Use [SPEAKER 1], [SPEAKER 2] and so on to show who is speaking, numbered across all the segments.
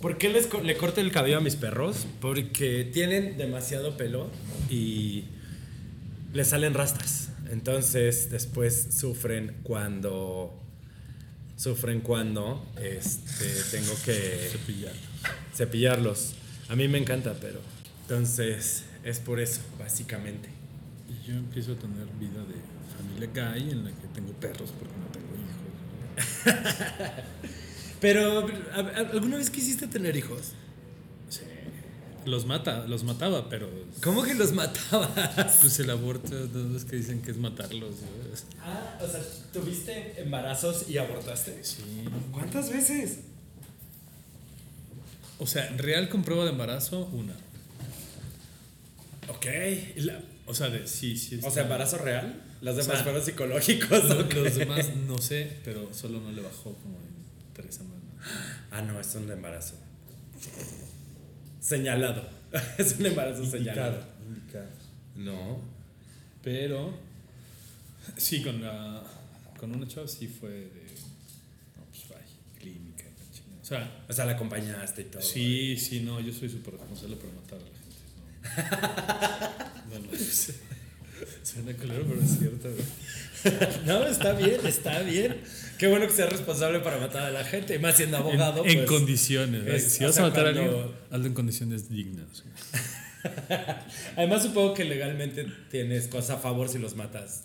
[SPEAKER 1] ¿Por qué les co- le corto el cabello a mis perros? Porque tienen demasiado pelo y les salen rastas. Entonces después sufren cuando sufren cuando este, tengo que
[SPEAKER 2] Cepillar.
[SPEAKER 1] cepillarlos. A mí me encanta, pero entonces es por eso básicamente.
[SPEAKER 2] Y yo empiezo a tener vida de familia gay en la que tengo perros porque no tengo hijos.
[SPEAKER 1] Pero ¿a- a- ¿alguna vez quisiste tener hijos?
[SPEAKER 2] Sí. Los mata, los mataba, pero
[SPEAKER 1] ¿Cómo que los matabas?
[SPEAKER 2] pues el aborto no es que dicen que es matarlos. ¿sabes?
[SPEAKER 1] Ah, o sea, ¿tuviste embarazos y abortaste?
[SPEAKER 2] Sí.
[SPEAKER 1] ¿Cuántas veces?
[SPEAKER 2] O sea, real con prueba de embarazo, una.
[SPEAKER 1] Ok.
[SPEAKER 2] La- o sea, de sí, sí.
[SPEAKER 1] O sea, embarazo real. Las demás
[SPEAKER 2] sea,
[SPEAKER 1] fueron psicológicos. ¿o qué?
[SPEAKER 2] Los demás no sé, pero solo no le bajó como en tres semanas.
[SPEAKER 1] Ah, no, es un embarazo. Señalado. es un embarazo señalado. No.
[SPEAKER 2] Pero sí, con la con una chava sí fue de no, pues bye, clínica y la chingada. O sea,
[SPEAKER 1] O sea, la acompañaste y todo.
[SPEAKER 2] sí, sí, no, yo soy súper responsable por matar a la gente. No, Bueno, pues, suena culero, pero es cierto. güey.
[SPEAKER 1] No, está bien, está bien. Qué bueno que seas responsable para matar a la gente. Y más siendo abogado.
[SPEAKER 2] en, en
[SPEAKER 1] pues,
[SPEAKER 2] condiciones. ¿verdad?
[SPEAKER 1] es-
[SPEAKER 2] si
[SPEAKER 1] o
[SPEAKER 2] vas
[SPEAKER 1] sea,
[SPEAKER 2] a matar a
[SPEAKER 1] cuando-
[SPEAKER 2] alguien, hazlo en condiciones dignas. güey.
[SPEAKER 1] Además, supongo que legalmente tienes cosas a favor si los matas.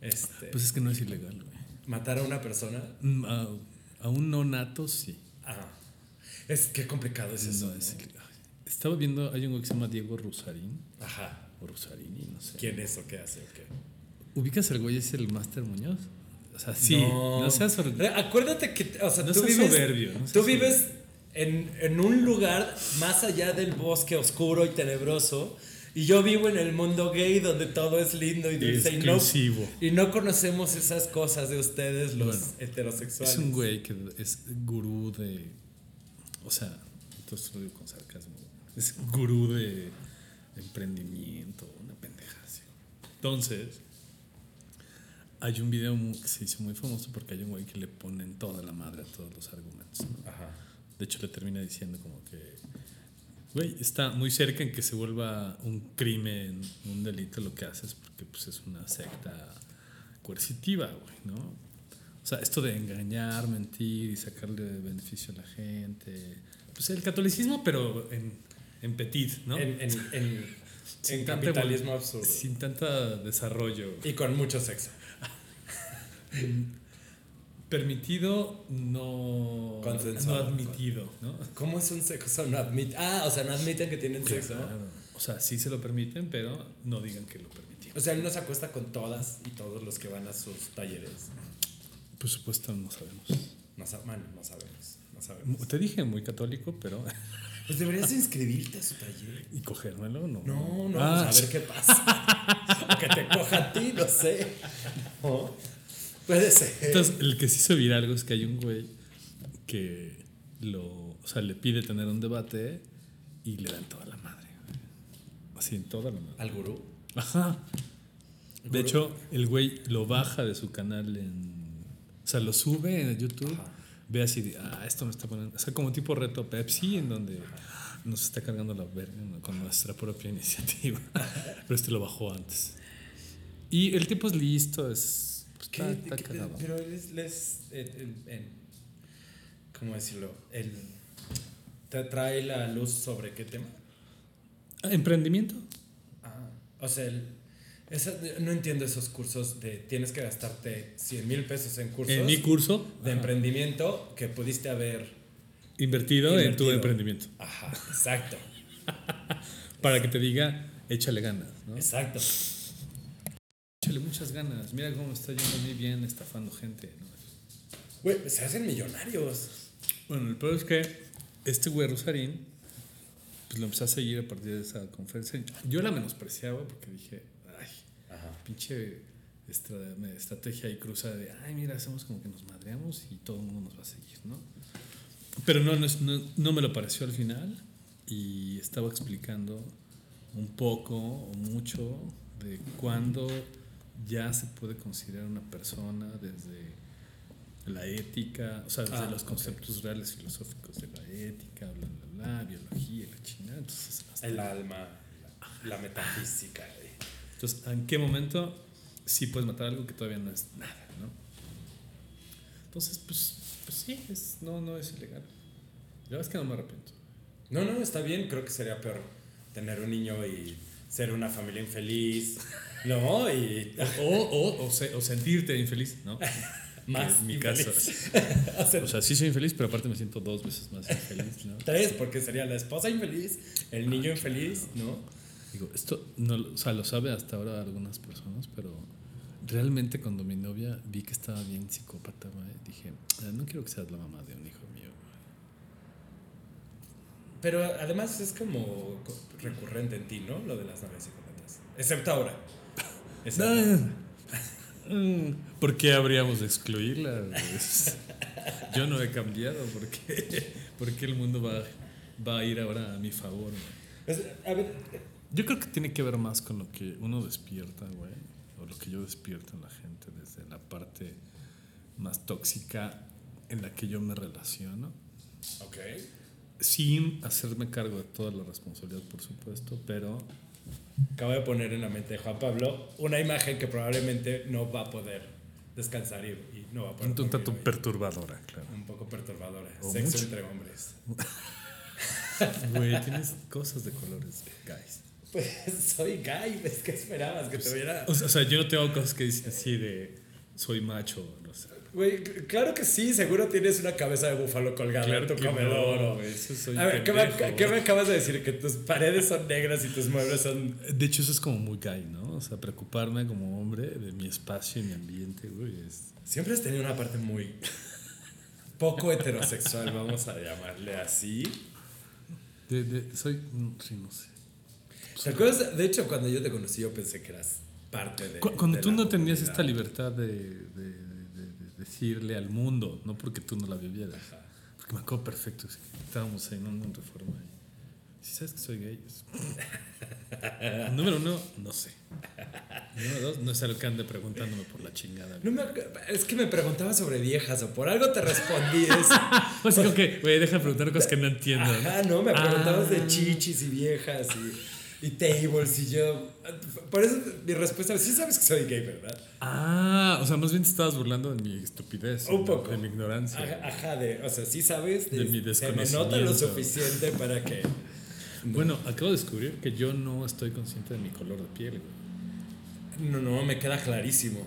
[SPEAKER 1] Este,
[SPEAKER 2] Pues es que no es ilegal, güey.
[SPEAKER 1] matar a una persona.
[SPEAKER 2] Mm, A, a un no nato, sí.
[SPEAKER 1] Ah, es que complicado es eso.
[SPEAKER 2] No es ilegal. Estaba viendo, hay un güey que se llama Diego Rusarín.
[SPEAKER 1] Ajá.
[SPEAKER 2] O Rusarini, no sé.
[SPEAKER 1] ¿Quién es o qué hace o qué?
[SPEAKER 2] ¿Ubicas al güey es el Master Muñoz? O sea, sí, no,
[SPEAKER 1] No.
[SPEAKER 2] seas or-
[SPEAKER 1] Re- Acuérdate que, o sea,
[SPEAKER 2] No
[SPEAKER 1] tú
[SPEAKER 2] seas
[SPEAKER 1] vives,
[SPEAKER 2] soberbio, no seas
[SPEAKER 1] tú vives en, en un lugar más allá del bosque oscuro y tenebroso. Y yo vivo en el mundo gay donde todo es lindo y dulce y no,
[SPEAKER 2] exclusivo.
[SPEAKER 1] y no conocemos esas cosas de ustedes los
[SPEAKER 2] Bueno,
[SPEAKER 1] heterosexuales.
[SPEAKER 2] Es un güey que es gurú de. O sea, entonces lo digo con sarcasmo. Es gurú de emprendimiento, una pendejada así. Entonces, hay un video mu- que se hizo muy famoso porque hay un güey que le ponen toda la madre a todos los argumentos. ¿no?
[SPEAKER 1] Ajá.
[SPEAKER 2] De hecho, le termina diciendo como que, güey, está muy cerca en que se vuelva un crimen, un delito lo que haces, porque pues es una secta coercitiva, güey, ¿no? O sea, esto de engañar, mentir y sacarle beneficio a la gente. Pues el catolicismo, pero en, en petit, ¿no?
[SPEAKER 1] En, en, en,
[SPEAKER 2] Sin
[SPEAKER 1] en
[SPEAKER 2] tanta
[SPEAKER 1] capitalismo
[SPEAKER 2] evol-
[SPEAKER 1] absurdo.
[SPEAKER 2] Sin tanta desarrollo.
[SPEAKER 1] Y con mucho sexo.
[SPEAKER 2] Permitido, no, no
[SPEAKER 1] Consensuado.
[SPEAKER 2] admitido, ¿no?
[SPEAKER 1] ¿Cómo es un sexo? No admit- ah, o sea, pues. no admiten que tienen sexo.
[SPEAKER 2] Claro. O sea, sí se lo permiten, pero no digan que lo permitieron.
[SPEAKER 1] O sea, él no se acuesta con todas y todos los que van a sus talleres.
[SPEAKER 2] Por supuesto, no sabemos.
[SPEAKER 1] No, sa- bueno, no sabemos, no sabemos.
[SPEAKER 2] Te dije muy católico, pero.
[SPEAKER 1] Pues deberías inscribirte a su taller.
[SPEAKER 2] ¿Y cogérmelo? No.
[SPEAKER 1] No, no,
[SPEAKER 2] Ah,
[SPEAKER 1] pues a ver qué pasa. o que te coja a ti, no sé. No. Puede ser.
[SPEAKER 2] Entonces, el que se hizo viral algo es que hay un güey que lo. O sea, le pide tener un debate y le dan toda la madre. güey. Así, toda la madre.
[SPEAKER 1] ¿Al gurú?
[SPEAKER 2] pues, Ajá. De hecho, el güey lo baja de su canal en. O sea, lo sube en YouTube. Ve así, de, ah, esto me está poniendo. O sea, como tipo reto Pepsi, en donde ah, nos está cargando la verga ¿no? con nuestra propia iniciativa. Pero este lo bajó antes. Y el tipo es listo, es. Pues,
[SPEAKER 1] ¿Qué-
[SPEAKER 2] está, está
[SPEAKER 1] qué-
[SPEAKER 2] cagado.
[SPEAKER 1] pero él es, él es- él- él- él- ¿Cómo decirlo? Él te trae la luz sobre qué tema.
[SPEAKER 2] Ah, ¿Emprendimiento?
[SPEAKER 1] Ah, o sea, el- esa- no entiendo esos cursos de tienes que gastarte 100 mil pesos en cursos
[SPEAKER 2] En mi curso.
[SPEAKER 1] de
[SPEAKER 2] ajá,
[SPEAKER 1] emprendimiento que pudiste haber.
[SPEAKER 2] invertido, en tu
[SPEAKER 1] Invertido. Ah,
[SPEAKER 2] emprendimiento.
[SPEAKER 1] Ajá, exacto, pues.
[SPEAKER 2] Para que te diga, échale ganas, ¿no?
[SPEAKER 1] exacto.
[SPEAKER 2] Échale muchas ganas. Mira cómo me está yendo muy bien estafando gente, ¿no?
[SPEAKER 1] Güey, se hacen millonarios.
[SPEAKER 2] Bueno, el peor es que este güey Rosarín, pues lo empecé a seguir a partir de esa conferencia. Yo la menospreciaba porque dije, ay, pinche estra- estrategia y cruza de, ay, mira, hacemos como que nos madreamos y todo el mundo nos va a seguir, ¿no? Pero no, no, es- no, no me lo pareció al final y estaba explicando un poco o mucho de cuándo ya se puede considerar una persona desde la ética, o sea, desde
[SPEAKER 1] Ah,
[SPEAKER 2] los
[SPEAKER 1] ok.
[SPEAKER 2] conceptos reales filosóficos de la ética, bla, bla, bla, biología, y la chingada. Entonces, hasta-
[SPEAKER 1] El alma, la metafísica. güey.
[SPEAKER 2] entonces, ¿en qué momento sí puedes matar algo que todavía no es nada, no? Entonces, pues, pues sí, es, no, no es ilegal. La verdad es que no me arrepiento.
[SPEAKER 1] No, no, está bien. Creo que sería peor tener un niño y ser una familia infeliz. No, y
[SPEAKER 2] O, o, o, se- o sentirte infeliz, ¿no?
[SPEAKER 1] más.
[SPEAKER 2] En mi
[SPEAKER 1] infeliz. O sea,
[SPEAKER 2] O sea, sí soy infeliz, pero aparte me siento dos veces más infeliz, ¿no?
[SPEAKER 1] tres, porque sería la esposa infeliz, el niño infeliz, ¿no?
[SPEAKER 2] Digo, esto no, lo- o sea, lo sabe hasta ahora algunas personas, pero realmente cuando mi novia vi que estaba bien psicópata, güey, dije, "Ah, no quiero que seas la mamá de un hijo mío. güey".
[SPEAKER 1] Pero además es como co- recurrente en ti, ¿no? Lo de las novias psicópatas. Excepto ahora. Excepto ahora.
[SPEAKER 2] Mm, ¿Por qué habríamos de excluirla? güey? Es- Yo no he cambiado, ¿por qué, ¿Por qué el mundo va, va a ir ahora a mi favor? güey?
[SPEAKER 1] Es- a ver,
[SPEAKER 2] Yo creo que tiene que ver más con lo que uno despierta, güey, o lo que yo despierto en la gente desde la parte más tóxica en la que yo me relaciono,
[SPEAKER 1] ok.
[SPEAKER 2] sin hacerme cargo de toda la responsabilidad, por supuesto, pero
[SPEAKER 1] Acabo de poner en la mente de Juan Pablo una imagen que probablemente no va a poder descansar y, y no va a poder.
[SPEAKER 2] un tanto
[SPEAKER 1] dormir hoy.
[SPEAKER 2] perturbadora, claro.
[SPEAKER 1] Un poco perturbadora.
[SPEAKER 2] O
[SPEAKER 1] Sexo
[SPEAKER 2] mucho.
[SPEAKER 1] entre hombres.
[SPEAKER 2] Güey, tienes cosas de colores, guys.
[SPEAKER 1] Pues soy gay, ¿ves qué esperabas? Que te viera.
[SPEAKER 2] O sea, o sea, yo no tengo cosas que dicen así de soy macho, no sé.
[SPEAKER 1] Güey, c- claro que sí, seguro tienes una cabeza de búfalo colgada en tu
[SPEAKER 2] que no,
[SPEAKER 1] comedor. o-
[SPEAKER 2] güey, eso soy
[SPEAKER 1] A ver, ¿qué me,
[SPEAKER 2] pendejo,
[SPEAKER 1] qué-
[SPEAKER 2] güey.
[SPEAKER 1] qué me acabas de decir? Que tus paredes son negras y tus muebles son.
[SPEAKER 2] De hecho, eso es como muy gay, ¿no? O sea, preocuparme como hombre de mi espacio y mi ambiente, güey. Es...
[SPEAKER 1] Siempre has tenido una parte muy. poco heterosexual, vamos a llamarle así.
[SPEAKER 2] De, de- soy. mm, Sí, no sé.
[SPEAKER 1] ¿Te acuerdas? De hecho, cuando yo te conocí, yo pensé que eras parte de.
[SPEAKER 2] Cu- Cuando
[SPEAKER 1] de
[SPEAKER 2] tú
[SPEAKER 1] la
[SPEAKER 2] no tenías
[SPEAKER 1] comunidad.
[SPEAKER 2] esta libertad de, de- de- de decirle al mundo, no porque tú no la vivieras. Porque me acuerdo perfecto. así que Estábamos ahí en una reforma. Y, si sabes que soy gay. es- Número uno, no sé. Número dos, no es algo que ande preguntándome por la chingada.
[SPEAKER 1] No me ac- es que me preguntaba sobre viejas o por algo te respondí eso.
[SPEAKER 2] Pues como que, güey, deja de preguntar cosas que no entiendo. ¿no?
[SPEAKER 1] Ajá, no, me preguntabas
[SPEAKER 2] Ah.
[SPEAKER 1] de chichis y viejas y, y tables y yo. Por eso mi respuesta es: sí sabes que soy gay, ¿verdad?
[SPEAKER 2] Ah, o sea, más bien te estabas burlando de mi estupidez.
[SPEAKER 1] Un
[SPEAKER 2] ¿no?
[SPEAKER 1] poco.
[SPEAKER 2] De mi ignorancia.
[SPEAKER 1] Ajá, ajá, de, o sea, sí sabes.
[SPEAKER 2] De mi
[SPEAKER 1] Se me nota
[SPEAKER 2] desconocimiento.
[SPEAKER 1] lo suficiente para que.
[SPEAKER 2] Bueno, acabo de descubrir que yo no estoy consciente de mi color de piel, güey.
[SPEAKER 1] No, no, me queda clarísimo.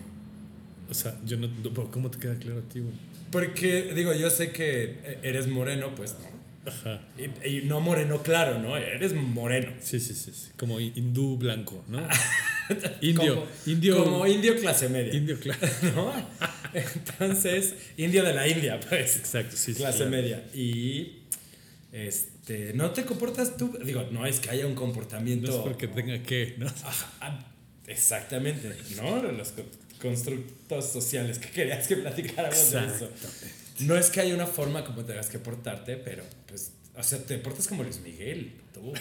[SPEAKER 2] O sea, yo no. no, pero ¿Cómo te queda claro a ti, güey?
[SPEAKER 1] Porque, digo, yo sé que eres moreno, pues no.
[SPEAKER 2] Ajá.
[SPEAKER 1] Y, y no moreno, claro, ¿no? Eres moreno.
[SPEAKER 2] Sí, sí, sí. sí. Como hi- hindú blanco, ¿no? indio.
[SPEAKER 1] Como-
[SPEAKER 2] indio.
[SPEAKER 1] Como indio clase media.
[SPEAKER 2] indio, claro.
[SPEAKER 1] ¿no? Entonces, indio de la India, pues.
[SPEAKER 2] Exacto, sí, sí,
[SPEAKER 1] Clase
[SPEAKER 2] claro.
[SPEAKER 1] media. Y. Este. No te comportas tú. Digo, no es que haya un comportamiento.
[SPEAKER 2] No es porque tenga que, ¿no?
[SPEAKER 1] Ajá, ah, exactamente, ¿no? Los co- constructos sociales que querías que platicáramos de eso. No es que haya una forma como tengas que portarte, pero pues. O sea, te portas como Luis Miguel, tú.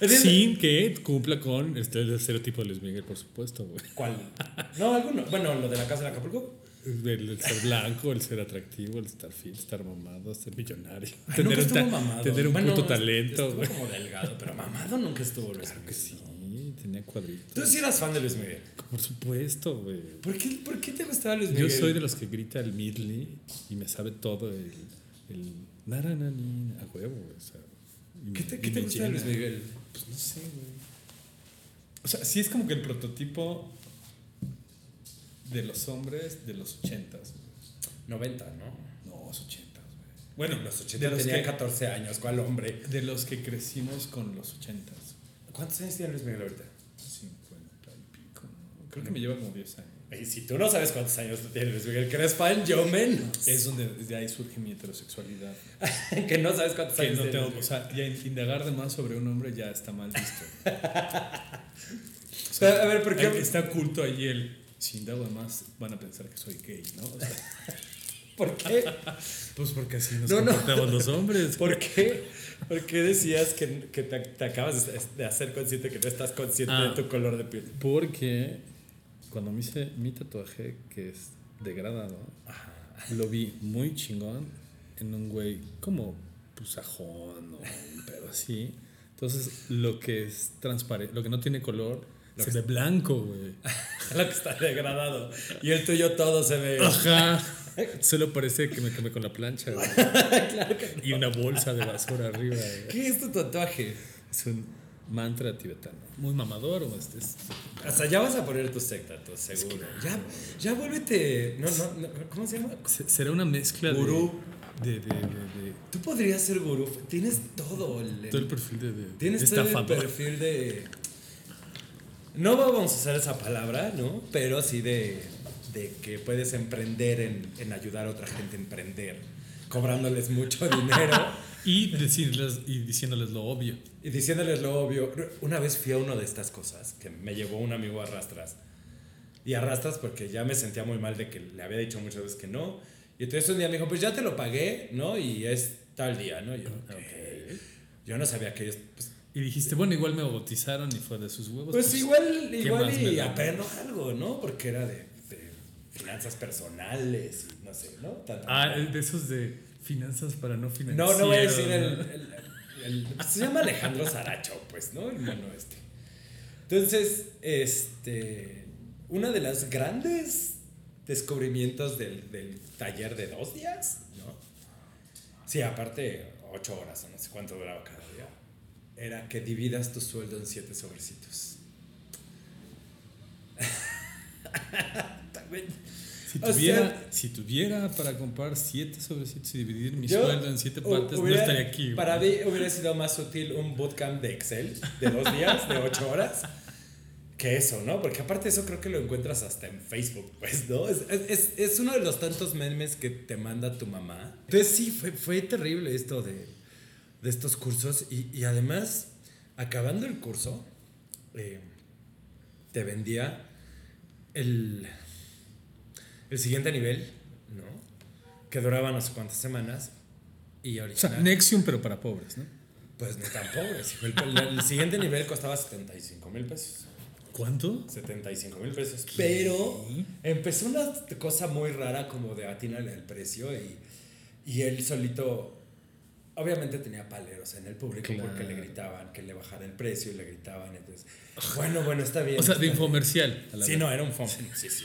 [SPEAKER 1] ¿Entiendes?
[SPEAKER 2] Sin que cumpla con este el estereotipo de Luis Miguel, por supuesto, güey.
[SPEAKER 1] ¿Cuál? No, alguno. Bueno, lo de la casa de Acapulco.
[SPEAKER 2] El, el ser blanco, el ser atractivo, el estar fit, estar mamado, ser millonario.
[SPEAKER 1] Ay,
[SPEAKER 2] tener
[SPEAKER 1] nunca
[SPEAKER 2] un,
[SPEAKER 1] estuvo
[SPEAKER 2] ta-
[SPEAKER 1] mamado.
[SPEAKER 2] tener un
[SPEAKER 1] Bueno,
[SPEAKER 2] puto
[SPEAKER 1] est-
[SPEAKER 2] talento,
[SPEAKER 1] Estuvo
[SPEAKER 2] güey.
[SPEAKER 1] como delgado, pero mamado nunca estuvo Luis Miguel.
[SPEAKER 2] Sí, tenía cuadritos.
[SPEAKER 1] Tú sí eras fan de Luis Miguel.
[SPEAKER 2] Por supuesto, güey.
[SPEAKER 1] ¿Por qué, por qué te gustaba Luis
[SPEAKER 2] Yo
[SPEAKER 1] Miguel?
[SPEAKER 2] soy de los que grita el midley y me sabe todo el. el naranani, a huevo, güey, o sea, y
[SPEAKER 1] ¿Qué
[SPEAKER 2] me-
[SPEAKER 1] te,
[SPEAKER 2] y
[SPEAKER 1] qué te
[SPEAKER 2] me
[SPEAKER 1] gusta de Luis
[SPEAKER 2] llena.
[SPEAKER 1] Miguel?
[SPEAKER 2] Pues no sé, güey. O sea, sí es como que el prototipo de los hombres de los ochentas.
[SPEAKER 1] 90, ¿no?
[SPEAKER 2] No, los ochentas, güey.
[SPEAKER 1] Bueno, los 80
[SPEAKER 2] de los
[SPEAKER 1] tenía
[SPEAKER 2] que-
[SPEAKER 1] 14 años, ¿cuál hombre?
[SPEAKER 2] De los que crecimos con los ochentas.
[SPEAKER 1] ¿Cuántos años tiene Luis Miguel ahorita?
[SPEAKER 2] 50 y pico, ¿no? Creo que me lleva como 10 años.
[SPEAKER 1] Y si tú no sabes cuántos años tiene Luis Miguel, que eres fan, yo menos.
[SPEAKER 2] Es donde desde ahí surge mi heterosexualidad.
[SPEAKER 1] que no sabes cuántos
[SPEAKER 2] Que
[SPEAKER 1] años
[SPEAKER 2] no
[SPEAKER 1] tiene
[SPEAKER 2] tengo,
[SPEAKER 1] Luis
[SPEAKER 2] o
[SPEAKER 1] Miguel.
[SPEAKER 2] sea, ya indagar de más sobre un hombre ya está mal visto. O
[SPEAKER 1] A ver, ¿por qué?
[SPEAKER 2] ahí Está oculto ahí el. Si indago de más, van a pensar que soy gay, ¿no? O sea,
[SPEAKER 1] ¿Por qué?
[SPEAKER 2] pues porque así nos
[SPEAKER 1] No, no.
[SPEAKER 2] comportamos los hombres.
[SPEAKER 1] ¿Por qué? ¿Por qué decías que, que te, te acabas de hacer consciente que no estás consciente
[SPEAKER 2] Ah.
[SPEAKER 1] de tu color de piel?
[SPEAKER 2] Porque cuando me hice mi tatuaje, que es degradado, lo vi muy chingón en un güey como pues, sajón o pero así. Entonces, lo que es transparente, lo que no tiene color,
[SPEAKER 1] Lo
[SPEAKER 2] se
[SPEAKER 1] que
[SPEAKER 2] ve blanco, güey.
[SPEAKER 1] Lo que está degradado. Y el tuyo todo se ve.
[SPEAKER 2] Ah. Ajá. Solo parece que me quemé con la plancha, güey. Y una bolsa de basura arriba, güey.
[SPEAKER 3] ¿Qué es tu tatuaje?
[SPEAKER 2] Es un mantra tibetano. Muy mamador, o este es-
[SPEAKER 1] Hasta ya vas a poner tu secta, tú, seguro. Ya, ya vuélvete. No, no, no, ¿Cómo se llama?
[SPEAKER 2] se- Será una mezcla de-
[SPEAKER 1] Gurú.
[SPEAKER 2] de. de, de, de-
[SPEAKER 1] Tú podrías ser gurú. Tienes todo. el-
[SPEAKER 2] todo el perfil de. de
[SPEAKER 1] Tienes todo el
[SPEAKER 2] estafador.
[SPEAKER 1] perfil de. No vamos a usar esa palabra, ¿no? Pero sí de, de que puedes emprender en, en ayudar a otra gente a emprender, cobrándoles mucho dinero
[SPEAKER 2] Y, decirles, y diciéndoles lo obvio.
[SPEAKER 1] y diciéndoles lo obvio. Una vez fui a una de estas cosas que me llevó un amigo a arrastras. Y arrastras porque ya me sentía muy mal de que le había dicho muchas veces que no. Y entonces un día me dijo, pues ya te lo pagué, ¿no? Y es tal día, ¿no? Y yo, "Ok". Yo no sabía que ellos... pues,
[SPEAKER 2] Y dijiste, bueno, igual me bautizaron y fue de sus huevos.
[SPEAKER 1] Pues igual, igual
[SPEAKER 2] más me
[SPEAKER 1] y
[SPEAKER 2] da?
[SPEAKER 1] aprendo algo, ¿no? Porque era de, de finanzas personales, y no sé, ¿no? Tanta-
[SPEAKER 2] Ah, el de esos de finanzas para no financiar.
[SPEAKER 1] no, no voy a decir el, el- el- Se llama Alejandro Saracho, pues, ¿no? El mono este. Entonces, este. Una de las grandes descubrimientos del, del taller de dos días, ¿no? Sí, aparte, ocho horas, o no sé cuánto duraba cada día. Era que dividas tu sueldo en siete sobrecitos. También.
[SPEAKER 2] Si
[SPEAKER 1] O sea-
[SPEAKER 2] tuviera, si tuviera para comprar siete sobrecitos y dividir mi
[SPEAKER 1] Yo
[SPEAKER 2] sueldo en siete
[SPEAKER 1] hu-
[SPEAKER 2] partes,
[SPEAKER 1] hubiera-
[SPEAKER 2] Este no estaría aquí. güey.
[SPEAKER 1] Para mí hubiera sido más útil un bootcamp de Excel de dos días, de ocho horas, que eso, ¿no? Porque aparte eso creo que lo encuentras hasta en Facebook, pues, ¿no? Es, es- es uno de los tantos memes que te manda tu mamá. Entonces sí, fue, fue terrible esto de, de estos cursos y, y además, acabando el curso, eh, te vendía el, el siguiente nivel, ¿no? Que duraba no sé cuántas semanas. Y
[SPEAKER 2] O sea,
[SPEAKER 1] original,
[SPEAKER 2] Nexium, pero para pobres, ¿no?
[SPEAKER 1] pues no tan pobres. hijo. El, el siguiente nivel costaba 75 mil pesos.
[SPEAKER 2] ¿Cuánto?
[SPEAKER 1] 75 mil pesos. Pero empezó una cosa muy rara como de atínale al precio y, y él solito, obviamente tenía paleros en el público porque
[SPEAKER 2] Claro.
[SPEAKER 1] le gritaban que le bajara el precio y le gritaban. Entonces, bueno, bueno, está bien.
[SPEAKER 2] O
[SPEAKER 1] está
[SPEAKER 2] sea, de
[SPEAKER 1] bien.
[SPEAKER 2] infomercial. a la
[SPEAKER 1] Sí,
[SPEAKER 2] vez.
[SPEAKER 1] no, era un fondo. Sí, sí.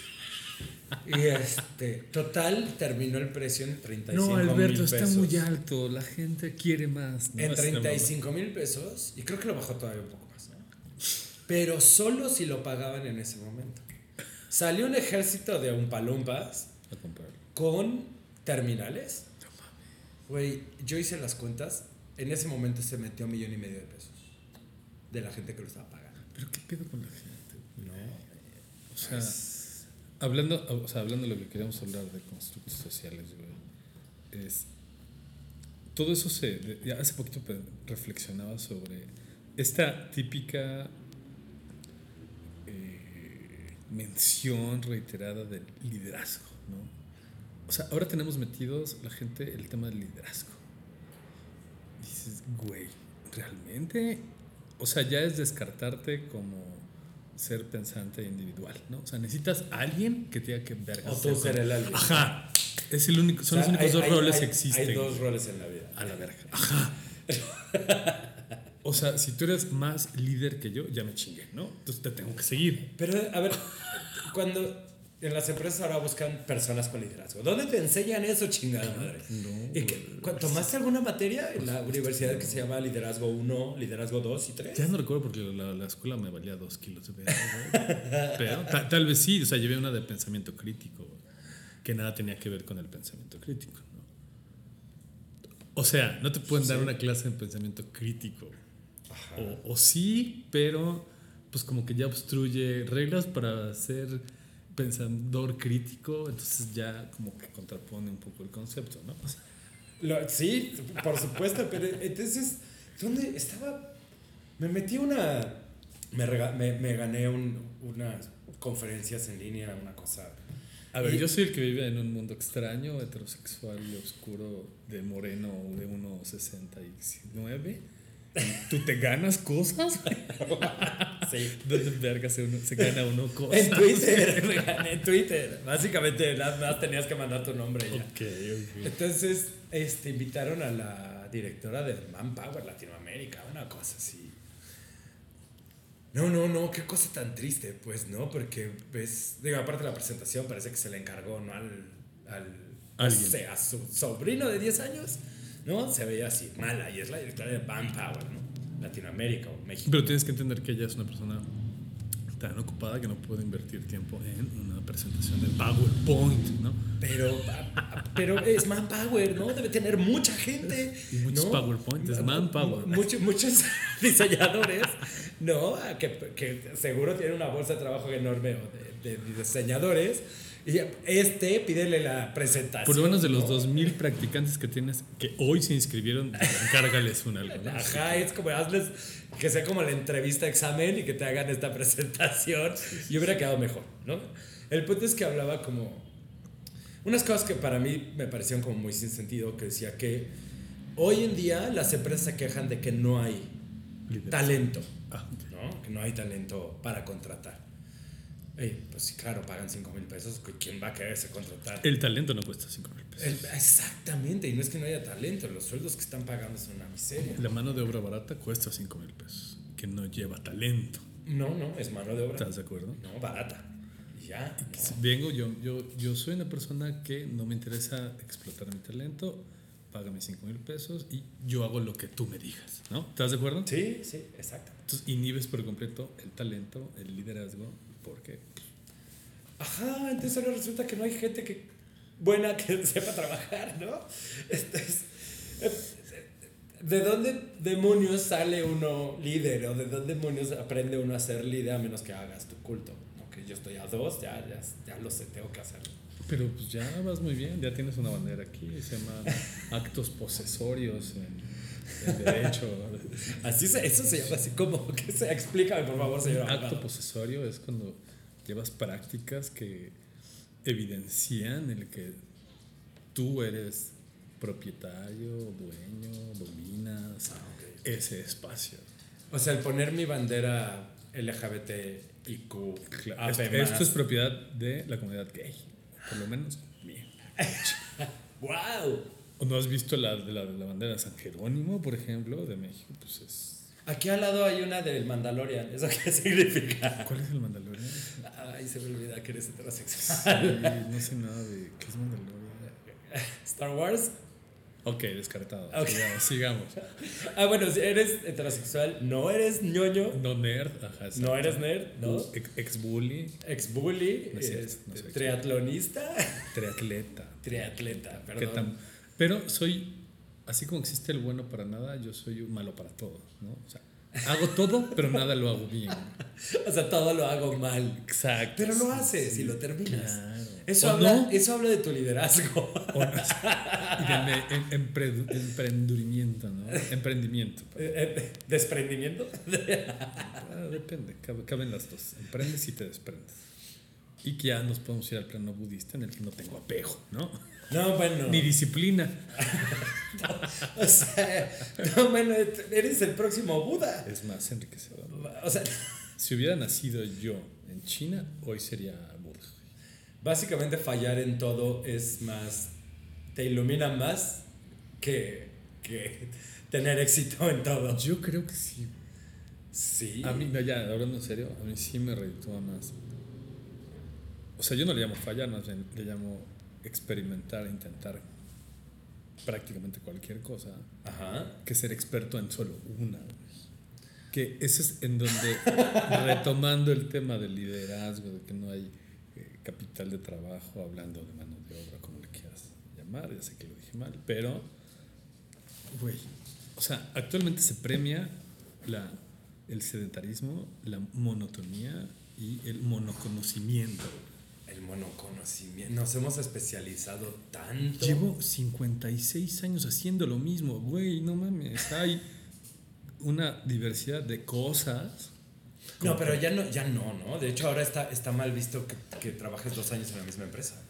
[SPEAKER 1] Y este, total, terminó el precio en 35
[SPEAKER 2] No,
[SPEAKER 1] mil pesos.
[SPEAKER 2] Alberto, está muy alto. La gente quiere más. No,
[SPEAKER 1] En
[SPEAKER 2] es una
[SPEAKER 1] 35 mil pesos, y creo que lo bajó todavía un poco más, ¿no? Pero solo si lo pagaban en ese momento. Salió un ejército de Umpalumpas
[SPEAKER 2] mamada. A comprarlo.
[SPEAKER 1] con terminales. Güey, yo hice las cuentas, en ese momento se metió un millón y medio de pesos de la gente que lo estaba pagando.
[SPEAKER 2] Pero qué pedo con la gente.
[SPEAKER 1] No.
[SPEAKER 2] O sea, hablando, o sea, hablando de lo que queríamos hablar de constructos sociales, güey, es. Todo eso se. de- ya hace poquito pe- reflexionaba sobre esta típica eh, mención reiterada del liderazgo, ¿no? O sea, ahora tenemos metidos la gente el tema del liderazgo. Dices, güey, realmente. O sea, ya es descartarte como ser pensante e individual, ¿no? O sea, necesitas a alguien que te diga que verga.
[SPEAKER 1] O tú ser el alien.
[SPEAKER 2] Ajá. Es el único, Ah, son
[SPEAKER 1] O sea,
[SPEAKER 2] los únicos
[SPEAKER 1] hay-
[SPEAKER 2] dos
[SPEAKER 1] hay-
[SPEAKER 2] roles
[SPEAKER 1] hay-
[SPEAKER 2] que existen.
[SPEAKER 1] Hay dos roles en la vida.
[SPEAKER 2] A la verga. Ajá. O sea, si tú eres más líder que yo, ya me chingué, ¿no? Entonces te tengo que seguir.
[SPEAKER 1] Pero, a ver, cuando en las empresas ahora buscan personas con liderazgo, ¿dónde te enseñan eso, chingada madre? ¿Y que, cu- ¿Tomaste alguna materia en la universidad que se llama Liderazgo 1, Liderazgo 2 y 3?
[SPEAKER 2] Ya no recuerdo porque la, la escuela me valía dos kilos de verga, güey. Pero ta- tal vez sí, o sea, llevé una de pensamiento crítico, güey, que nada tenía que ver con el pensamiento crítico, ¿no? O sea, no te pueden dar una clase en pensamiento crítico. O, o sí, pero pues como que ya obstruye reglas para ser pensador crítico, entonces ya como que contrapone un poco el concepto, ¿no? O sea,
[SPEAKER 1] Lo- sí, por supuesto, pero entonces, ¿dónde estaba? Me metí a una. Me, rega- me, me gané un- unas conferencias en línea, una cosa.
[SPEAKER 2] A ver,
[SPEAKER 1] Y-
[SPEAKER 2] yo soy el que vive en un mundo extraño, heterosexual y oscuro, de moreno de 1,69 ¿Tú te ganas cosas?
[SPEAKER 1] Sí.
[SPEAKER 2] ¿Dónde verga se, uno- se gana uno cosas?
[SPEAKER 1] En Twitter, me gané en Twitter. Básicamente, nada más tenías que mandar tu nombre y ya.
[SPEAKER 2] Ok, ok.
[SPEAKER 1] Entonces, este, invitaron a la directora de Manpower Latinoamérica, una cosa así. No, no, no, qué cosa tan triste, pues, ¿no? Porque, ves, digo, aparte de la presentación parece que se le encargó, ¿no? Al, al no
[SPEAKER 2] Alguien.
[SPEAKER 1] sé, a su sobrino de 10 años, ¿no? Se veía así, mala, y es la directora de Manpower, ¿no? Latinoamérica o México.
[SPEAKER 2] Pero tienes que entender que ella es una persona tan ocupada que no puede invertir tiempo en una presentación de PowerPoint, ¿no?
[SPEAKER 1] Pero, pero es manpower, ¿no? Debe tener mucha gente.
[SPEAKER 2] Y muchos
[SPEAKER 1] ¿no? Ah,
[SPEAKER 2] PowerPoint, es
[SPEAKER 1] Mu-
[SPEAKER 2] manpower.
[SPEAKER 1] Muchos, muchos diseñadores, ¿no? Ah, Que, que seguro tiene una bolsa de trabajo enorme o de, de diseñadores. Y este, pídele la presentación.
[SPEAKER 2] Por lo menos de los
[SPEAKER 1] ¿no?
[SPEAKER 2] 2.000 practicantes que tienes que hoy se inscribieron, encárgales un algo. ¿no?
[SPEAKER 1] Ajá, es como hazles que sea como la entrevista examen y que te hagan esta presentación. Y hubiera quedado mejor, ¿no? El punto es que hablaba como unas cosas que para mí me parecían como muy sin sentido, que decía que hoy en día las empresas se quejan de que no hay
[SPEAKER 2] Líderes.
[SPEAKER 1] talento,
[SPEAKER 2] Ah, ok.
[SPEAKER 1] ¿no? Que no hay talento para contratar. Ey, pues sí, claro, pagan 5 mil pesos, ¿quién va a quererse contratar?
[SPEAKER 2] El talento no cuesta 5 mil pesos.
[SPEAKER 1] El- exactamente, y no es que no haya talento, los sueldos que están pagando son una miseria.
[SPEAKER 2] La mano de obra barata cuesta 5 mil pesos, que no lleva talento.
[SPEAKER 1] No, no, es mano de obra.
[SPEAKER 2] ¿Estás de acuerdo?
[SPEAKER 1] No, barata. Y ya. ¿no?
[SPEAKER 2] Vengo, yo, yo, yo soy una persona que no me interesa explotar mi talento, págame 5 mil pesos y yo hago lo que tú me digas, ¿no? ¿Estás de acuerdo?
[SPEAKER 1] Sí, sí, exacto.
[SPEAKER 2] Entonces inhibes por completo el talento, el liderazgo, porque
[SPEAKER 1] Ajá, entonces ahora resulta que no hay gente que buena que sepa trabajar, ¿no? Entonces, ¿de dónde demonios sale uno líder o de dónde demonios aprende uno a ser líder a menos que hagas tu culto? ¿no? Que yo estoy a dos, ya, ya, ya lo sé, tengo que hacerlo.
[SPEAKER 2] Pero pues ya vas muy bien, ya tienes una bandera aquí, se llama actos posesorios en el derecho.
[SPEAKER 1] Así se, eso se llama así como, que se, explícame por favor, señor.
[SPEAKER 2] Acto
[SPEAKER 1] abogado.
[SPEAKER 2] posesorio es cuando llevas prácticas que evidencian el que tú eres propietario, dueño, dominas ese espacio.
[SPEAKER 1] O sea, el poner mi bandera LGBTIQ,
[SPEAKER 2] Esto,
[SPEAKER 1] AP+,
[SPEAKER 2] Este, esto es propiedad de la comunidad gay, por lo menos mía.
[SPEAKER 1] ¡Wow!
[SPEAKER 2] ¿O ¿No has visto la, la, la bandera de San Jerónimo, por ejemplo, de México? Pues es...
[SPEAKER 1] Aquí al lado hay una del Mandalorian. ¿Eso qué significa?
[SPEAKER 2] ¿Cuál es el Mandalorian? Pues
[SPEAKER 1] Ay, se me olvida que eres heterosexual.
[SPEAKER 2] Sí, no sé nada de qué es Mandalorian.
[SPEAKER 1] ¿Star Wars?
[SPEAKER 2] Ok, descartado.
[SPEAKER 1] Ok.
[SPEAKER 2] Sigamos, sigamos.
[SPEAKER 1] Ah, bueno, si eres heterosexual, no eres ñoño,
[SPEAKER 2] No nerd, ajá. exacto.
[SPEAKER 1] no eres nerd, ¿no?
[SPEAKER 2] Ex, bully,
[SPEAKER 1] Ex-bully,
[SPEAKER 2] No es cierto,
[SPEAKER 1] este,
[SPEAKER 2] no soy ex-bully.
[SPEAKER 1] triatlonista,
[SPEAKER 2] triatleta.
[SPEAKER 1] triatleta,
[SPEAKER 2] Que
[SPEAKER 1] perdón.
[SPEAKER 2] tam- pero soy, así como existe el bueno para nada, yo soy un malo para todo, ¿no? O sea, hago todo, pero nada lo hago bien.
[SPEAKER 1] O sea, todo lo hago mal.
[SPEAKER 2] Exacto.
[SPEAKER 1] Pero lo haces y lo terminas.
[SPEAKER 2] Claro.
[SPEAKER 1] Eso
[SPEAKER 2] ¿O
[SPEAKER 1] habla,
[SPEAKER 2] no?
[SPEAKER 1] eso habla de tu liderazgo.
[SPEAKER 2] O no. Y de me- em- empredu- emprendimiento, ¿no? Emprendimiento.
[SPEAKER 1] Eh, eh, ¿Desprendimiento?
[SPEAKER 2] Ah, depende, cabe- caben las dos. Emprendes y te desprendes. Y que ya nos podemos ir al plano budista en el que no tengo apego, ¿no?
[SPEAKER 1] No, bueno.
[SPEAKER 2] Ni disciplina.
[SPEAKER 1] O sea, no, bueno, eres el próximo Buda.
[SPEAKER 2] Es más enriquecedor.
[SPEAKER 1] O sea,
[SPEAKER 2] Si hubiera nacido yo en China, hoy sería Buda.
[SPEAKER 1] básicamente fallar en todo es más, te ilumina más que, que tener éxito en todo.
[SPEAKER 2] Yo creo que sí.
[SPEAKER 1] Sí.
[SPEAKER 2] A mí, no, ya, hablando en serio, a mí sí me reditúa más. O sea, yo no le llamo fallar, más bien le llamo experimentar, intentar prácticamente cualquier cosa.
[SPEAKER 1] Ajá.
[SPEAKER 2] que ser experto en solo una. güey. Que ese es en donde, retomando el tema del liderazgo, de que no hay eh, capital de trabajo, hablando de mano de obra, como le quieras llamar, ya sé que lo dije mal, pero, güey, o sea, actualmente se premia la, el sedentarismo, la monotonía y el monoconocimiento.
[SPEAKER 1] El monoconocimiento. Nos hemos especializado tanto.
[SPEAKER 2] Llevo 56 años haciendo lo mismo, güey, no mames. Hay una diversidad de cosas.
[SPEAKER 1] No, pero ya no, ya no, ¿no? De hecho, ahora está, está mal visto que, que trabajes dos años en la misma empresa.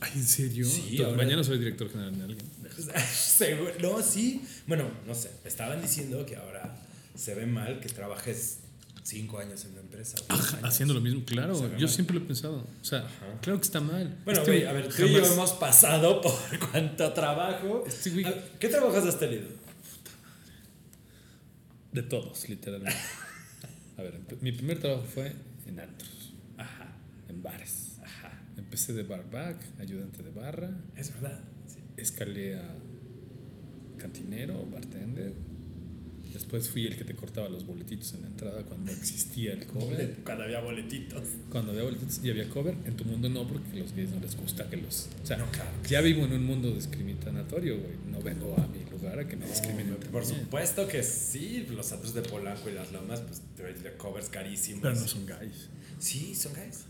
[SPEAKER 2] Ay, ¿en serio?
[SPEAKER 1] Sí,
[SPEAKER 2] Entonces,
[SPEAKER 1] ahora-
[SPEAKER 2] Mañana soy director general de alguien.
[SPEAKER 1] Seguro- no, sí. Bueno, no sé. me Estaban diciendo que ahora se ve mal que trabajes cinco años en una empresa. o diez años.
[SPEAKER 2] Haciendo lo mismo, claro.
[SPEAKER 1] Se ve
[SPEAKER 2] Yo
[SPEAKER 1] mal.
[SPEAKER 2] siempre lo he pensado. O sea,
[SPEAKER 1] Ajá.
[SPEAKER 2] claro que está mal.
[SPEAKER 1] Bueno,
[SPEAKER 2] Este
[SPEAKER 1] güey, a ver, tú y yo
[SPEAKER 2] jamás-
[SPEAKER 1] hemos pasado por cuánto trabajo.
[SPEAKER 2] Este güey-
[SPEAKER 1] A ver, ¿Qué trabajos has tenido?
[SPEAKER 2] De todos, literalmente. A ver, empe- mi primer trabajo fue en antros,
[SPEAKER 1] Ajá,
[SPEAKER 2] en bares.
[SPEAKER 1] ajá.
[SPEAKER 2] Empecé de barback, ayudante de barra,
[SPEAKER 1] Es verdad. sí.
[SPEAKER 2] escalé a cantinero o bartender. Después fui el que te cortaba los boletitos en la entrada cuando existía el cover.
[SPEAKER 1] Cuando había boletitos.
[SPEAKER 2] Cuando había boletitos y había cover, en tu mundo no, porque a los gays no les gusta que los... O sea,
[SPEAKER 1] No, claro.
[SPEAKER 2] ya vivo en un mundo discriminatorio, güey. No vengo a mi lugar a que me discriminen.
[SPEAKER 1] No, por
[SPEAKER 2] también.
[SPEAKER 1] supuesto que sí. Los otros de Polanco y las Lomas, pues te ves de covers carísimos.
[SPEAKER 2] Pero no son gays.
[SPEAKER 1] Sí, son gays.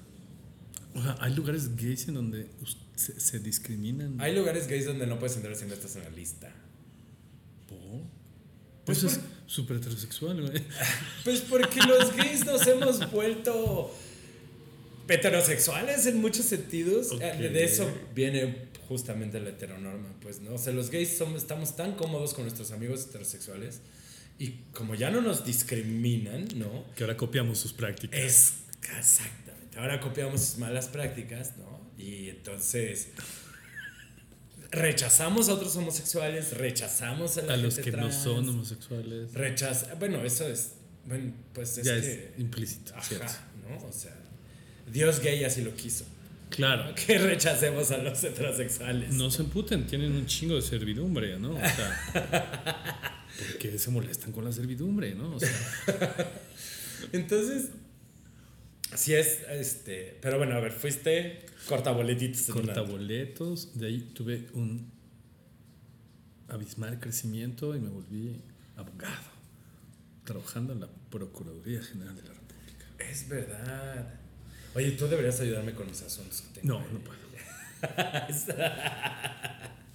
[SPEAKER 2] O sea, hay lugares gays en donde us- se, se discriminan.
[SPEAKER 1] Hay lugares gays donde no puedes entrar si no estás en la lista.
[SPEAKER 2] ¿Por?
[SPEAKER 1] Pues
[SPEAKER 2] Pues es súper heterosexual, güey.
[SPEAKER 1] Pues porque los gays nos hemos vuelto heterosexuales en muchos sentidos.
[SPEAKER 2] Ok.
[SPEAKER 1] Eh, De eso viene justamente la heteronorma, pues, ¿no? O sea, los gays somos- estamos tan cómodos con nuestros amigos heterosexuales y como ya no nos discriminan, ¿no?
[SPEAKER 2] Que ahora copiamos sus prácticas.
[SPEAKER 1] Es exactamente. Ahora copiamos sus malas prácticas, ¿no? Y entonces rechazamos a otros homosexuales, rechazamos a, la
[SPEAKER 2] a los
[SPEAKER 1] gente
[SPEAKER 2] que no
[SPEAKER 1] trans,
[SPEAKER 2] son homosexuales.
[SPEAKER 1] Rechaza. Bueno, eso es. Bueno, pues es
[SPEAKER 2] ya es,
[SPEAKER 1] que.
[SPEAKER 2] implícito, ¿cierto?
[SPEAKER 1] ajá, ¿no? O sea, Dios gay así lo quiso.
[SPEAKER 2] Claro.
[SPEAKER 1] Que rechacemos a los heterosexuales.
[SPEAKER 2] No se emputen, tienen un chingo de servidumbre, ¿no? O sea, ¿por qué se molestan con la servidumbre, no? O sea,
[SPEAKER 1] Entonces, sí es. este Pero bueno, a ver, fuiste cortaboletitos. en una-
[SPEAKER 2] cortaboletos. De ahí tuve un abismal crecimiento y me volví abogado. Trabajando en la Procuraduría General de la República.
[SPEAKER 1] Es verdad. Oye, tú deberías ayudarme con mis asuntos que tengo.
[SPEAKER 2] No, no puedo.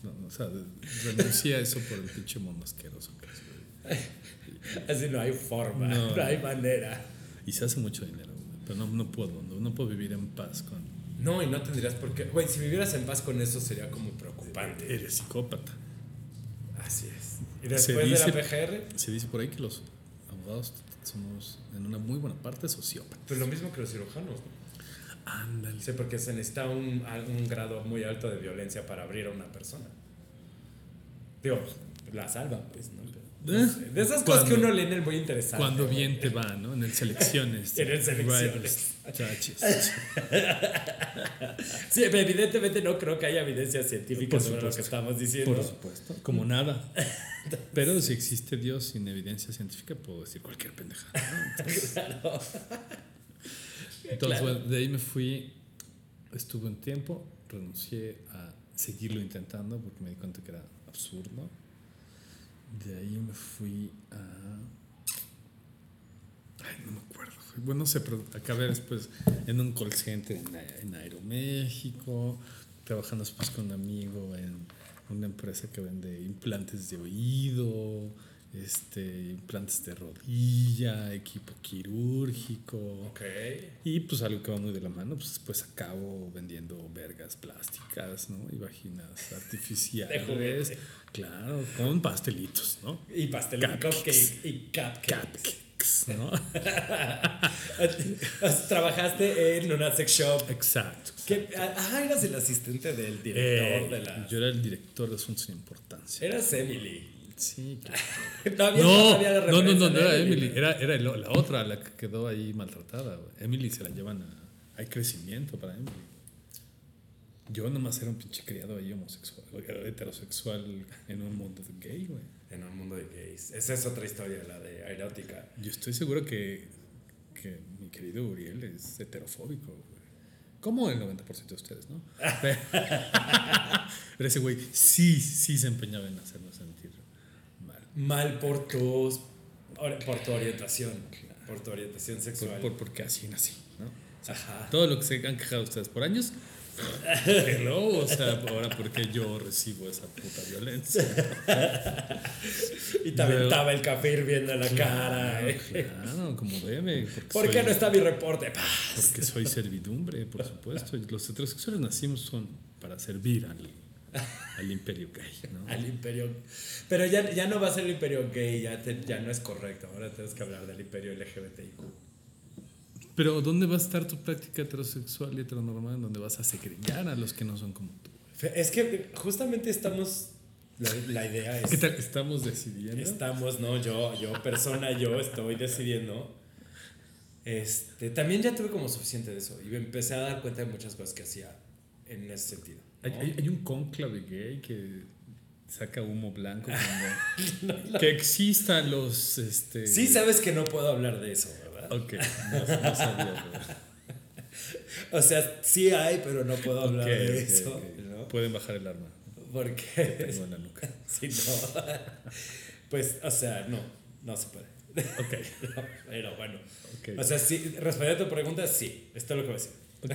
[SPEAKER 2] No, no, o sea, renuncié a eso por el pinche mundo asqueroso. que es, güey.
[SPEAKER 1] Así no hay forma, no,
[SPEAKER 2] No.
[SPEAKER 1] hay manera.
[SPEAKER 2] Y se hace mucho dinero, güey, pero no, no puedo, no, no puedo vivir en paz con...
[SPEAKER 1] No, y no tendrías por qué. Güey, si vivieras en paz con eso sería como preocupante.
[SPEAKER 2] Eres psicópata.
[SPEAKER 1] Así es. Y
[SPEAKER 2] Se
[SPEAKER 1] después de la
[SPEAKER 2] dice-
[SPEAKER 1] PGR,
[SPEAKER 2] Se dice por ahí que los abogados somos en una muy buena parte sociópatas.
[SPEAKER 1] pues lo mismo que los cirujanos. ¿no?
[SPEAKER 2] Ándale.
[SPEAKER 1] Sí, porque se necesita un, al- un grado muy alto de violencia para abrir a una persona. Digo, la salva, pues, ¿no? Pero, no
[SPEAKER 2] ¿Eh?
[SPEAKER 1] sé. De esas cosas que
[SPEAKER 2] Cuando-
[SPEAKER 1] uno lee en el muy interesante.
[SPEAKER 2] Cuando
[SPEAKER 1] güey.
[SPEAKER 2] bien te va, ¿no? En el selecciones. pues,
[SPEAKER 1] En el selecciones.
[SPEAKER 2] Writers, judges.
[SPEAKER 1] Sí, evidentemente no creo que haya evidencia científica
[SPEAKER 2] Por
[SPEAKER 1] sobre lo que
[SPEAKER 2] supuesto.
[SPEAKER 1] estamos diciendo.
[SPEAKER 2] Por supuesto. Como nada. Pero si existe Dios sin evidencia científica, puedo decir cualquier pendejada. ¿no? Entonces, Entonces,
[SPEAKER 1] Claro.
[SPEAKER 2] bueno, de ahí me fui. Estuve un tiempo, renuncié a seguirlo intentando porque me di cuenta que era absurdo. De ahí me fui a. Ay, no me acuerdo. güey. Bueno, no sé, pero acabé después en un call center en, Ae- en Aeroméxico, trabajando después con un amigo en una empresa que vende implantes de oído, este, implantes de rodilla, equipo quirúrgico.
[SPEAKER 1] Ok.
[SPEAKER 2] Y pues algo que va muy de la mano, pues después acabo vendiendo vergas plásticas, ¿no? Y vaginas
[SPEAKER 1] De juguete.
[SPEAKER 2] artificiales. Claro, con pastelitos, ¿no?
[SPEAKER 1] Y pastel y
[SPEAKER 2] Cupcakes.
[SPEAKER 1] cupcake. Y cupcake.
[SPEAKER 2] Cupcakes, ¿no?
[SPEAKER 1] Trabajaste en una sex shop.
[SPEAKER 2] Exacto.
[SPEAKER 1] ¿Qué? Ah, eras el asistente del director
[SPEAKER 2] Eh,
[SPEAKER 1] de la.
[SPEAKER 2] Yo era el director de asuntos sin importancia.
[SPEAKER 1] Eras Emily.
[SPEAKER 2] Sí, claro.
[SPEAKER 1] Ah, No, había-
[SPEAKER 2] No,
[SPEAKER 1] había la
[SPEAKER 2] no, no,
[SPEAKER 1] referencia ¿eh?
[SPEAKER 2] no,
[SPEAKER 1] de
[SPEAKER 2] no era Emily, era, era el- la otra, la que quedó ahí maltratada. güey. Emily se la llevan a... Hay crecimiento para Emily. Yo nomás era un pinche criado ahí homosexual, heterosexual en un mundo gay, güey.
[SPEAKER 1] En un mundo de gays. Esa es otra historia, la de erótica.
[SPEAKER 2] Yo estoy seguro que, que mi querido Uriel es heterofóbico, güey. Como el 90% de ustedes, ¿no? Pero pero ese güey sí, sí se empeñaba en hacernos sentir mal.
[SPEAKER 1] Mal por tus. or- Por tu orientación. Por tu orientación
[SPEAKER 2] Por,
[SPEAKER 1] sexual.
[SPEAKER 2] por- porque así nací, ¿no?
[SPEAKER 1] Ajá.
[SPEAKER 2] Todo lo que se han quejado ustedes por años. Hello, o sea, ahora porque yo recibo esa puta violencia.
[SPEAKER 1] Y te aventaba el café hirviendo en la cara. ¿eh?
[SPEAKER 2] Claro, como debe. Porque
[SPEAKER 1] ¿Por qué
[SPEAKER 2] soy-
[SPEAKER 1] no está mi reporte? Pa.
[SPEAKER 2] Porque soy servidumbre, por supuesto. Y Los heterosexuales nacimos son para para servir al, al imperio gay, ¿no?
[SPEAKER 1] Al imperio. Pero ya, ya no va a ser el imperio gay, ya, te- ya no es correcto. Ahora tienes que hablar del imperio LGBTIQ.
[SPEAKER 2] Pero ¿dónde va a estar tu práctica heterosexual y heteronormal en donde vas a segregar a los que no son como tú?
[SPEAKER 1] Fe- Es que justamente estamos. La, la idea
[SPEAKER 2] ¿Qué
[SPEAKER 1] es.
[SPEAKER 2] tal? Estamos decidiendo.
[SPEAKER 1] Estamos, no, yo, yo, persona, yo estoy decidiendo. Este, también ya tuve como suficiente de eso y me empecé a dar cuenta de muchas cosas que hacía en ese sentido. ¿no?
[SPEAKER 2] Hay, hay- hay un cónclave gay que saca humo blanco cuando- que existan los este
[SPEAKER 1] Sí, sabes que no puedo hablar de eso, ¿verdad?
[SPEAKER 2] Ok, no, no sabía. pero-
[SPEAKER 1] O sea, sí hay, pero no puedo hablar
[SPEAKER 2] Ok,
[SPEAKER 1] de
[SPEAKER 2] ok,
[SPEAKER 1] eso,
[SPEAKER 2] ok.
[SPEAKER 1] ¿no?
[SPEAKER 2] Pueden bajar el arma.
[SPEAKER 1] Porque
[SPEAKER 2] Tengo en la nuca.
[SPEAKER 1] si no, pues, o sea, no, no se puede.
[SPEAKER 2] Ok,
[SPEAKER 1] No, pero bueno,
[SPEAKER 2] ok.
[SPEAKER 1] o sea, sí, respondiendo a tu pregunta, sí, esto es lo que voy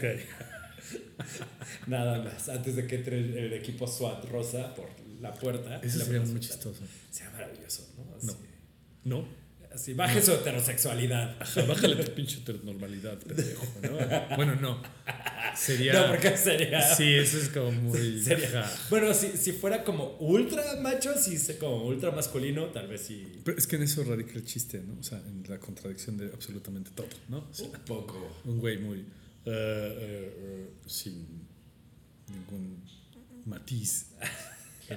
[SPEAKER 1] a decir.
[SPEAKER 2] ok.
[SPEAKER 1] Nada más, antes de que entre el, el equipo SWAT rosa por la puerta.
[SPEAKER 2] Eso
[SPEAKER 1] la
[SPEAKER 2] sería
[SPEAKER 1] puerta
[SPEAKER 2] muy
[SPEAKER 1] SWAT.
[SPEAKER 2] chistoso.
[SPEAKER 1] Sería maravilloso, ¿no? Así,
[SPEAKER 2] No. ¿No?
[SPEAKER 1] así, baje su heterosexualidad.
[SPEAKER 2] Ajá, Bájale tu pinche normalidad, pendejo, ¿no? Bueno, no. Sería.
[SPEAKER 1] No, porque sería.
[SPEAKER 2] Sí, eso es como muy.
[SPEAKER 1] sería-
[SPEAKER 2] Ajá.
[SPEAKER 1] Bueno, si, si fuera como ultra macho, si se como ultra masculino, tal vez sí.
[SPEAKER 2] Pero es que en eso radica el chiste, ¿no? O sea, en la contradicción de absolutamente todo, ¿no? O sea,
[SPEAKER 1] Un poco.
[SPEAKER 2] un güey muy. eh, eh, eh, sin ningún matiz.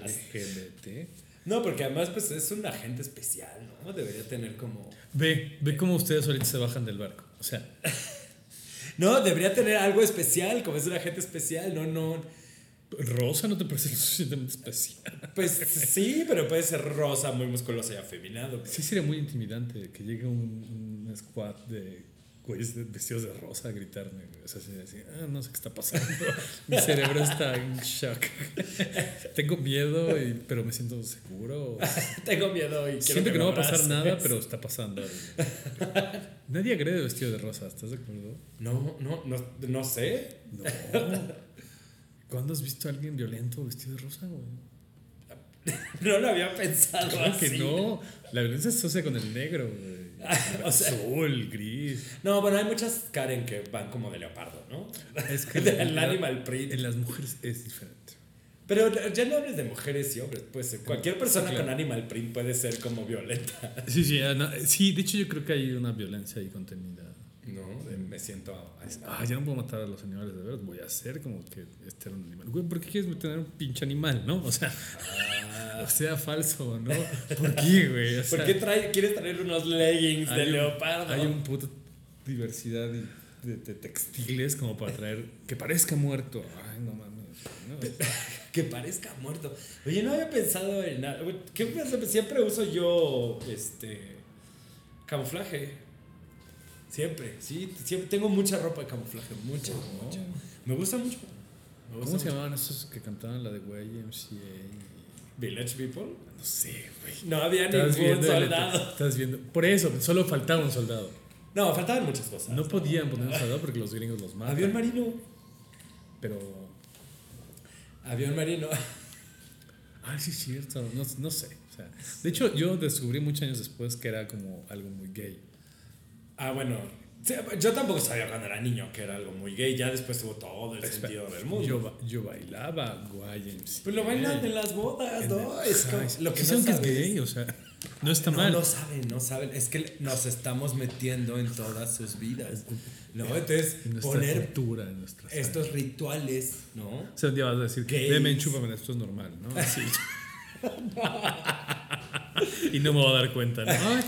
[SPEAKER 2] LGBT.
[SPEAKER 1] No, porque además, pues es un agente especial, ¿no? Debería tener como.
[SPEAKER 2] Ve, ve cómo ustedes ahorita se bajan del barco. O sea,
[SPEAKER 1] No, debería tener algo especial, como es un agente especial, no, no.
[SPEAKER 2] Rosa no te parece lo suficientemente especial.
[SPEAKER 1] Pues sí, pero puede ser rosa, muy musculosa y afeminado. pues.
[SPEAKER 2] Sí, sería muy intimidante que llegue un, un squad de güeyes de- vestidos de rosa a gritarme. güey. O sea, así, así, "Ah, no sé qué está pasando. Mi cerebro está en shock. Tengo miedo, y- pero me siento seguro.
[SPEAKER 1] Tengo miedo y quiero
[SPEAKER 2] Siento que
[SPEAKER 1] me
[SPEAKER 2] no va a pasar
[SPEAKER 1] abraces.
[SPEAKER 2] nada, pero está pasando. algo. Nadie agrede vestido de rosa, ¿estás de acuerdo?
[SPEAKER 1] No, no, no, no sé.
[SPEAKER 2] No. ¿Cuándo has visto a alguien violento vestido de rosa, güey?
[SPEAKER 1] No lo había pensado
[SPEAKER 2] Claro
[SPEAKER 1] así.
[SPEAKER 2] que no. La violencia se asocia con el negro, güey.
[SPEAKER 1] O sea-
[SPEAKER 2] azul, gris.
[SPEAKER 1] No, bueno, hay muchas Karen que van como de leopardo, ¿no?
[SPEAKER 2] Es que
[SPEAKER 1] Del animal print.
[SPEAKER 2] en las mujeres es diferente.
[SPEAKER 1] Pero ya no hables de mujeres y hombres, pues cualquier persona
[SPEAKER 2] Claro.
[SPEAKER 1] con animal print puede ser como violenta.
[SPEAKER 2] Sí, sí, ah, no, sí, de hecho yo creo que hay una violencia ahí contenida.
[SPEAKER 1] No, de- me siento animal.
[SPEAKER 2] Ah, ya no puedo matar a los animales, de verdad, voy a hacer como que este era un animal. Güey, ¿por qué quieres tener un pinche animal, no? O sea, o sea falso, ¿no? ¿Por qué, güey? O
[SPEAKER 1] ¿Por
[SPEAKER 2] sea,
[SPEAKER 1] qué trae- quieres traer unos leggings de
[SPEAKER 2] hay un-
[SPEAKER 1] leopardo?
[SPEAKER 2] Hay un puto diversidad de, de- de textiles como para traer que parezca muerto. Ay, no mames. ¿no? O sea,
[SPEAKER 1] Que parezca muerto. Oye, no había pensado en nada. Uy, ¿Qué pasa? Siempre uso yo este camuflaje. Siempre, sí. Siempre tengo mucha ropa de camuflaje, mucha, mucha. Me gusta mucho. Me gusta
[SPEAKER 2] ¿Cómo se
[SPEAKER 1] mucho.
[SPEAKER 2] llamaban esos que cantaban la de Güey MCA?
[SPEAKER 1] Village People.
[SPEAKER 2] No sé, güey.
[SPEAKER 1] No había
[SPEAKER 2] Estás
[SPEAKER 1] ningún
[SPEAKER 2] viendo,
[SPEAKER 1] soldado.
[SPEAKER 2] estás viendo. Por eso, solo faltaba un soldado.
[SPEAKER 1] No, faltaban muchas cosas.
[SPEAKER 2] No podían poner un soldado porque los gringos los matan.
[SPEAKER 1] Avión marino.
[SPEAKER 2] Pero.
[SPEAKER 1] Avión marino.
[SPEAKER 2] Ah, sí, es cierto. No, no sé. O sea, de hecho, yo descubrí muchos años después que era como algo muy gay.
[SPEAKER 1] Ah, bueno. Sí, Yo tampoco sabía cuando era niño que era algo muy gay. Ya después tuvo todo el
[SPEAKER 2] Espera,
[SPEAKER 1] sentido del mundo.
[SPEAKER 2] Yo, ba- yo bailaba YMCA.
[SPEAKER 1] Pues lo bailan en las bodas, ¿no? Es como, lo que no
[SPEAKER 2] que es
[SPEAKER 1] sabes.
[SPEAKER 2] gay, o sea, no está
[SPEAKER 1] no,
[SPEAKER 2] mal.
[SPEAKER 1] No saben, no saben. Es que nos estamos metiendo en todas sus vidas. No, entonces
[SPEAKER 2] En nuestra
[SPEAKER 1] poner
[SPEAKER 2] cultura, en nuestra sangre.
[SPEAKER 1] estos rituales, ¿no?
[SPEAKER 2] O sea, un día vas a decir,
[SPEAKER 1] Gays.
[SPEAKER 2] deme, enchúpame, esto es normal, ¿no? Así. y no me voy a dar cuenta, ¿no? Ay,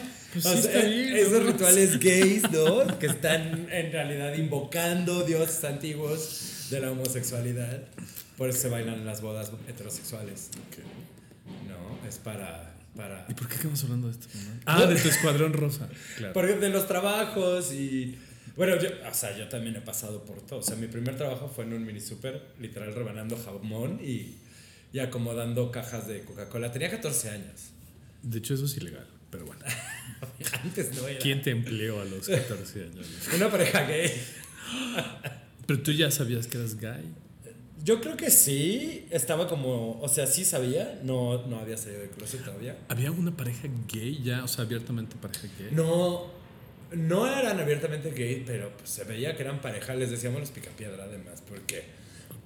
[SPEAKER 2] pues
[SPEAKER 1] O
[SPEAKER 2] sí,
[SPEAKER 1] sea,
[SPEAKER 2] está bien.
[SPEAKER 1] esos
[SPEAKER 2] ¿no?
[SPEAKER 1] rituales gays, ¿no? que están en realidad invocando dioses antiguos de la homosexualidad. Por eso se bailan en las bodas heterosexuales. No, es para... para
[SPEAKER 2] ¿Y por qué estamos hablando de esto? no? Ah, de tu escuadrón rosa. Claro.
[SPEAKER 1] Porque de los trabajos y. Bueno, yo, o sea, yo también he pasado por todo. O sea, mi primer trabajo fue en un mini super, literal rebanando jamón y, y acomodando cajas de Coca-Cola. Tenía 14 años.
[SPEAKER 2] De hecho, eso es ilegal, pero bueno.
[SPEAKER 1] Antes no era.
[SPEAKER 2] ¿Quién te empleó a los 14 años?
[SPEAKER 1] Una pareja gay.
[SPEAKER 2] Pero tú ya sabías que eras gay.
[SPEAKER 1] Yo creo que sí, estaba como. O sea, sí sabía, no, no había salido de closet todavía.
[SPEAKER 2] ¿Había una pareja gay ya? O sea, abiertamente pareja gay.
[SPEAKER 1] No. No eran abiertamente gay, pero pues, se veía que eran pareja. Les decíamos los picapiedra, además, porque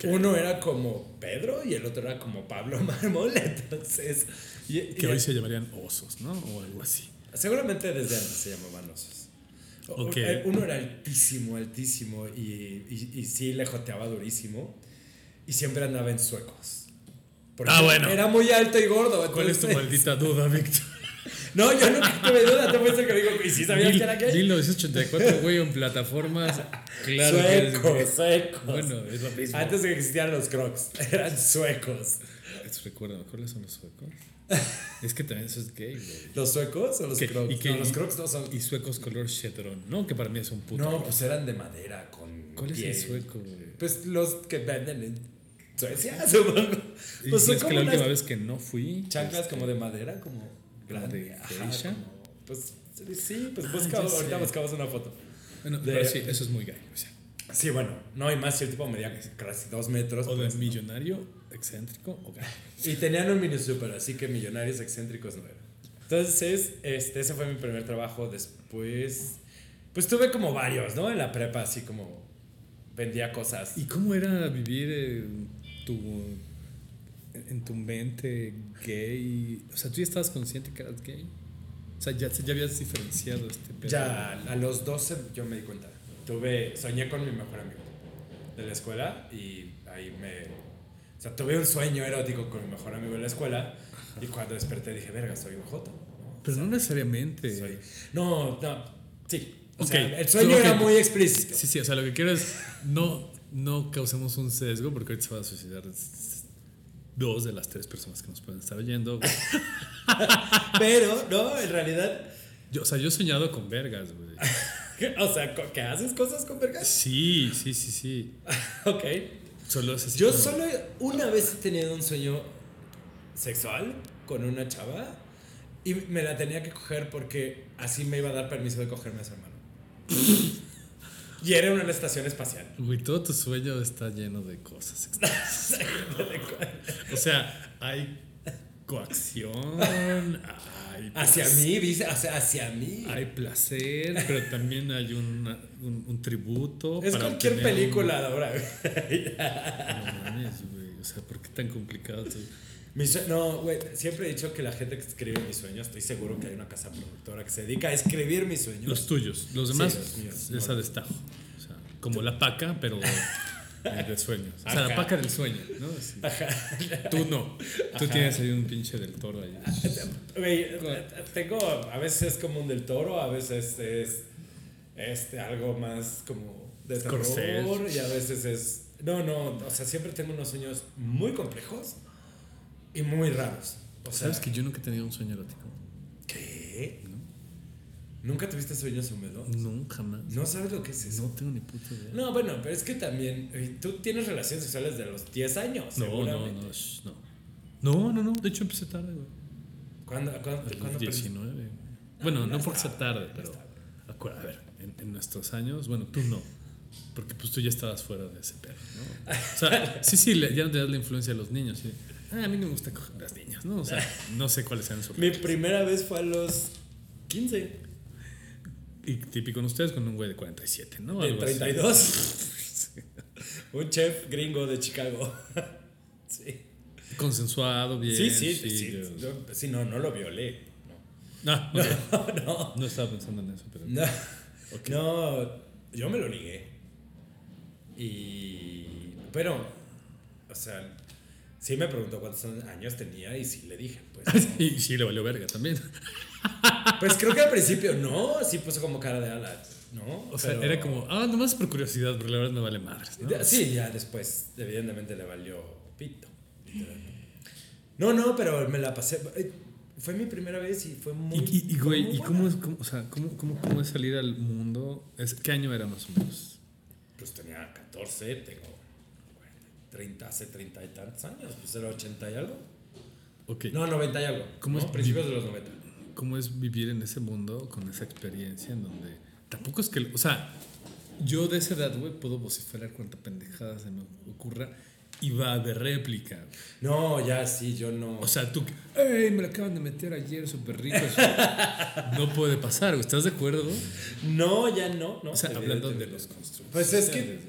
[SPEAKER 1] Uno era como Pedro y el otro era como Pablo Mármol. Entonces. y- y-
[SPEAKER 2] Que hoy se llamarían osos, ¿no? O algo así.
[SPEAKER 1] Seguramente desde antes se llamaban osos. O-
[SPEAKER 2] Ok.
[SPEAKER 1] eh, Uno era altísimo, altísimo y, y, y sí le joteaba durísimo. Y siempre andaba en suecos. Porque
[SPEAKER 2] Ah, bueno.
[SPEAKER 1] Era muy alto y gordo.
[SPEAKER 2] ¿Cuál es tu
[SPEAKER 1] entonces-
[SPEAKER 2] maldita duda, Víctor?
[SPEAKER 1] No, yo nunca tuve duda. Te puedes que digo y sí sabía
[SPEAKER 2] Mil-
[SPEAKER 1] que era gay.
[SPEAKER 2] 1984, güey, en plataformas. Claro. que eres
[SPEAKER 1] Suecos,
[SPEAKER 2] gay.
[SPEAKER 1] suecos.
[SPEAKER 2] Bueno, es lo mismo.
[SPEAKER 1] Antes de que existieran los crocs, eran suecos.
[SPEAKER 2] Recuerda, ¿cuáles son los suecos? Es que también eso es gay, güey.
[SPEAKER 1] ¿Los suecos o los
[SPEAKER 2] Que-
[SPEAKER 1] crocs?
[SPEAKER 2] y que-
[SPEAKER 1] no, los crocs no son.
[SPEAKER 2] Y suecos color chedrón, ¿no? Que para mí es un puto.
[SPEAKER 1] No, pues eran de madera con.
[SPEAKER 2] ¿Cuál es el
[SPEAKER 1] piel.
[SPEAKER 2] sueco, güey?
[SPEAKER 1] Pues los que venden en Suecia, supongo.
[SPEAKER 2] Y
[SPEAKER 1] Pues son
[SPEAKER 2] es que
[SPEAKER 1] como
[SPEAKER 2] la última
[SPEAKER 1] unas
[SPEAKER 2] vez que no fui.
[SPEAKER 1] chanclas
[SPEAKER 2] este,
[SPEAKER 1] como de madera, como grande.
[SPEAKER 2] de
[SPEAKER 1] Ajá,
[SPEAKER 2] geisha.
[SPEAKER 1] como- pues sí, pues
[SPEAKER 2] Ah,
[SPEAKER 1] busca,
[SPEAKER 2] ya
[SPEAKER 1] ahorita
[SPEAKER 2] sé.
[SPEAKER 1] buscamos una foto.
[SPEAKER 2] Bueno,
[SPEAKER 1] de-
[SPEAKER 2] pero sí, eso es muy gay. O, sea,
[SPEAKER 1] Sí, bueno, no, y más si el tipo medía casi dos metros.
[SPEAKER 2] o de
[SPEAKER 1] pues,
[SPEAKER 2] millonario, excéntrico o gay.
[SPEAKER 1] Y tenían un mini super, así que millonarios excéntricos no eran. Entonces, este, ese fue mi primer trabajo. Después, pues tuve como varios, ¿no? En la prepa, así como vendía cosas.
[SPEAKER 2] ¿Y cómo era vivir en tu, en tu mente gay? O sea, ¿tú ya estabas consciente que eras gay? O sea, ya, ya habías diferenciado este pedo.
[SPEAKER 1] Ya a los 12 yo me di cuenta. Tuve, soñé con mi mejor amigo de la escuela y ahí me... O sea, tuve un sueño erótico con mi mejor amigo de la escuela y cuando desperté dije, verga, soy un joto. ¿no?
[SPEAKER 2] Pero no necesariamente.
[SPEAKER 1] Soy- No, no, sí. O
[SPEAKER 2] Ok,
[SPEAKER 1] sea, el sueño
[SPEAKER 2] so, ok.
[SPEAKER 1] era muy explícito.
[SPEAKER 2] Sí, sí, o sea, lo que quiero es no, no causemos un sesgo porque ahorita se van a suicidar dos de las tres personas que nos pueden estar oyendo.
[SPEAKER 1] Pero, no, en realidad...
[SPEAKER 2] Yo, o sea, yo he soñado con vergas, güey.
[SPEAKER 1] O sea, co- ¿que haces cosas con vergas?
[SPEAKER 2] Sí, sí, sí, sí.
[SPEAKER 1] Ok.
[SPEAKER 2] Solo es así
[SPEAKER 1] Yo
[SPEAKER 2] como-
[SPEAKER 1] solo una vez he tenido un sueño sexual con una chava y me la tenía que coger porque así me iba a dar permiso de cogerme a su hermano. y era en una estación espacial.
[SPEAKER 2] Güey, todo tu sueño está lleno de cosas. extrañas. O sea, hay coacción, hay,
[SPEAKER 1] hacia mí, dice, o sea, hacia mí.
[SPEAKER 2] hay placer, pero también hay una- un, un tributo.
[SPEAKER 1] es
[SPEAKER 2] para
[SPEAKER 1] cualquier
[SPEAKER 2] obtener un-
[SPEAKER 1] película de ahora.
[SPEAKER 2] No mames, güey. O sea, ¿por qué tan complicado? todo?
[SPEAKER 1] Mi sue- no, güey, siempre he dicho que la gente que escribe mis sueños, estoy seguro que hay una casa productora que se dedica a escribir mis sueños.
[SPEAKER 2] Los tuyos, los demás
[SPEAKER 1] Sí, los míos,
[SPEAKER 2] es
[SPEAKER 1] no.
[SPEAKER 2] a destajo. O sea, como la paca, pero eh, de sueños. O sea,
[SPEAKER 1] Ajá.
[SPEAKER 2] la paca del sueño, ¿no? Sí. Tú no. Tú tienes ahí un pinche del toro ahí.
[SPEAKER 1] Güey, tengo a veces es como un del toro, a veces es este algo más como de terror
[SPEAKER 2] Scorsese.
[SPEAKER 1] y a veces es no, no, o sea, siempre tengo unos sueños muy complejos y muy raros. O sea,
[SPEAKER 2] ¿Sabes que yo nunca he tenido un sueño erótico?
[SPEAKER 1] ¿Qué? ¿Nunca tuviste sueños húmedos?
[SPEAKER 2] Nunca más.
[SPEAKER 1] ¿No sabes lo que es eso?
[SPEAKER 2] No tengo ni puta idea.
[SPEAKER 1] No, bueno, pero es que también eh, tú tienes relaciones sexuales de los 10 años,
[SPEAKER 2] No, no,
[SPEAKER 1] seguramente.
[SPEAKER 2] no, shh, no. No, no, no. De hecho empecé tarde, güey.
[SPEAKER 1] ¿Cuándo, cuándo,
[SPEAKER 2] A los
[SPEAKER 1] cuándo
[SPEAKER 2] 19. güey. Bueno,
[SPEAKER 1] no
[SPEAKER 2] no porque
[SPEAKER 1] está,
[SPEAKER 2] sea tarde, pero.
[SPEAKER 1] está.
[SPEAKER 2] acu- A ver, en, en nuestros años, bueno, tú no. Porque pues tú ya estabas fuera de ese pedo, ¿no? O sea, sí, sí, le- ya no te das la influencia a los niños. sí. Ah, a mí no me gusta coger las niñas, ¿no? O sea, no sé cuáles sean sus.
[SPEAKER 1] Mi primera vez fue a los 15,
[SPEAKER 2] Y típico con ustedes con un güey de 47, ¿no?
[SPEAKER 1] de
[SPEAKER 2] Algo así.
[SPEAKER 1] 32. Un chef gringo de Chicago. Sí.
[SPEAKER 2] Consensuado, bien.
[SPEAKER 1] Sí, sí, sí,
[SPEAKER 2] yo-
[SPEAKER 1] yo- sí, no, no lo violé.
[SPEAKER 2] Ah, ok.
[SPEAKER 1] No, no.
[SPEAKER 2] No estaba pensando en eso, pero.
[SPEAKER 1] No, no, yo me lo ligué. Y. Pero, o sea, sí me preguntó cuántos años tenía y sí le dije, pues.
[SPEAKER 2] y sí, le valió verga también.
[SPEAKER 1] Pues creo que al principio no, sí puso como cara de ala, ¿no?
[SPEAKER 2] O sea,
[SPEAKER 1] Pero-
[SPEAKER 2] era como, ah, nomás por curiosidad, pero la verdad me vale madres, ¿no?
[SPEAKER 1] Ya, Sí, ya después, evidentemente le valió pito. No, no, pero me la pasé. eh, Fue mi primera vez y fue muy.
[SPEAKER 2] Y, y- y, güey,
[SPEAKER 1] muy
[SPEAKER 2] ¿y cómo
[SPEAKER 1] buena.
[SPEAKER 2] es, cómo- o sea, cómo, cómo, cómo es salir al mundo? Es- ¿Qué año era más o menos?
[SPEAKER 1] Pues tenía 14, tengo 30, hace 30 y tantos años, pues era 80 y algo.
[SPEAKER 2] Ok,
[SPEAKER 1] No, 90 y algo.
[SPEAKER 2] ¿Cómo
[SPEAKER 1] ¿no?
[SPEAKER 2] es?
[SPEAKER 1] Principios de los 90.
[SPEAKER 2] ¿cómo es vivir en ese mundo con esa experiencia en donde tampoco es que, o sea, yo de esa edad, güey, puedo vociferar cuanta pendejada se me ocurra y va a haber réplica. güey.
[SPEAKER 1] No, ya sí, yo no.
[SPEAKER 2] O sea, tú, ¡ey! Me la acaban de meter ayer, súper rico. eso". no puede pasar, güey, ¿estás de acuerdo?
[SPEAKER 1] no, ya no, no.
[SPEAKER 2] O sea, hablando de
[SPEAKER 1] evidentemente
[SPEAKER 2] los
[SPEAKER 1] no.
[SPEAKER 2] constructores.
[SPEAKER 1] Pues es que.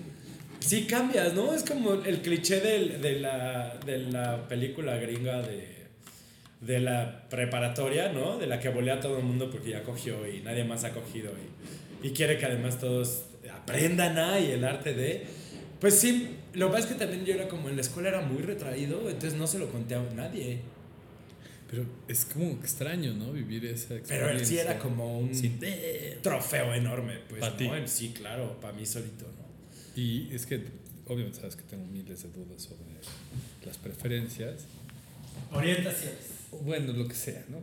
[SPEAKER 1] Sí cambias, ¿no? Es como el cliché del- de, la, de la película gringa de, de la preparatoria, ¿no? De la que volea a todo el mundo porque ya cogió y nadie más ha cogido y, y quiere que además todos aprendan a y el arte de... Pues sí, lo que pasa es que también yo era como en la escuela era muy retraído, entonces no se lo conté a nadie.
[SPEAKER 2] Pero es como extraño, ¿no? Vivir esa
[SPEAKER 1] Pero
[SPEAKER 2] experiencia.
[SPEAKER 1] él sí era como un
[SPEAKER 2] Sí.
[SPEAKER 1] trofeo enorme, pues.
[SPEAKER 2] Pa'
[SPEAKER 1] ¿no?
[SPEAKER 2] ti.
[SPEAKER 1] Sí, claro, para mí solito, ¿no?
[SPEAKER 2] Y es que, obviamente, sabes que tengo miles de dudas sobre las preferencias.
[SPEAKER 1] Orientaciones.
[SPEAKER 2] O Bueno, lo que sea, ¿no?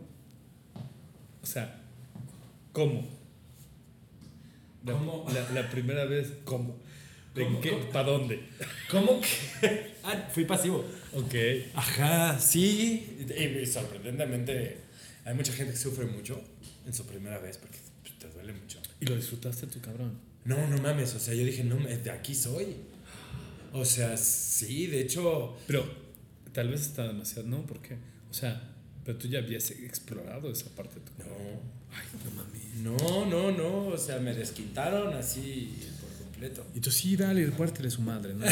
[SPEAKER 2] O sea, ¿cómo? La,
[SPEAKER 1] ¿Cómo?
[SPEAKER 2] La, la primera vez, ¿cómo? ¿De
[SPEAKER 1] ¿Cómo?
[SPEAKER 2] qué?
[SPEAKER 1] ¿Cómo?
[SPEAKER 2] ¿Para dónde?
[SPEAKER 1] ¿Cómo que? Ah, fui pasivo.
[SPEAKER 2] Ok.
[SPEAKER 1] Ajá, sí. Y, y sorprendentemente, hay mucha gente que sufre mucho en su primera vez porque pues, te duele mucho.
[SPEAKER 2] ¿Y lo disfrutaste tu cabrón?
[SPEAKER 1] No, no mames. O sea, yo dije, no, me- de aquí soy. O sea, sí, de hecho.
[SPEAKER 2] Pero tal vez está demasiado, ¿no? ¿Por qué? O sea, pero tú ya habías explorado esa parte de tu
[SPEAKER 1] No.
[SPEAKER 2] cuerpo. Ay, no mames.
[SPEAKER 1] No, no, no. O sea, me desquintaron así por completo.
[SPEAKER 2] Y tú sí, dale, el puerto de su madre, ¿no?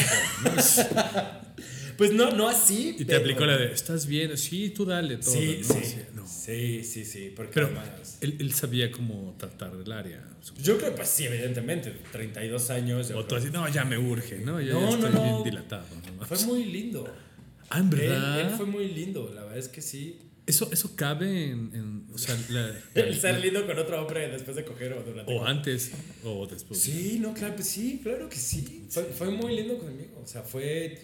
[SPEAKER 1] Pues no, no así.
[SPEAKER 2] y te
[SPEAKER 1] pero-
[SPEAKER 2] aplicó la de, estás bien, sí, tú dale todo.
[SPEAKER 1] Sí,
[SPEAKER 2] ¿no?
[SPEAKER 1] sí,
[SPEAKER 2] Sí, no.
[SPEAKER 1] sí, sí, sí, porque
[SPEAKER 2] Pero
[SPEAKER 1] además-
[SPEAKER 2] él, él sabía cómo tratar el área. supongo.
[SPEAKER 1] yo creo que pues, sí, evidentemente, 32 años. yo
[SPEAKER 2] O tú
[SPEAKER 1] creo.
[SPEAKER 2] así, no, ya me urge, ¿no? Yo
[SPEAKER 1] No,
[SPEAKER 2] ya
[SPEAKER 1] no,
[SPEAKER 2] estoy
[SPEAKER 1] no.
[SPEAKER 2] bien dilatado. ¿no?
[SPEAKER 1] Fue muy lindo.
[SPEAKER 2] Ah, en
[SPEAKER 1] Él,
[SPEAKER 2] verdad.
[SPEAKER 1] él fue muy lindo, la verdad es que sí.
[SPEAKER 2] eso, eso cabe en. en- o sea, la- la-
[SPEAKER 1] El ser lindo con otro hombre después de coger o durante.
[SPEAKER 2] o antes o después.
[SPEAKER 1] Sí, no, claro, pues sí, claro que sí. Fue, fue muy lindo conmigo. O sea, fue.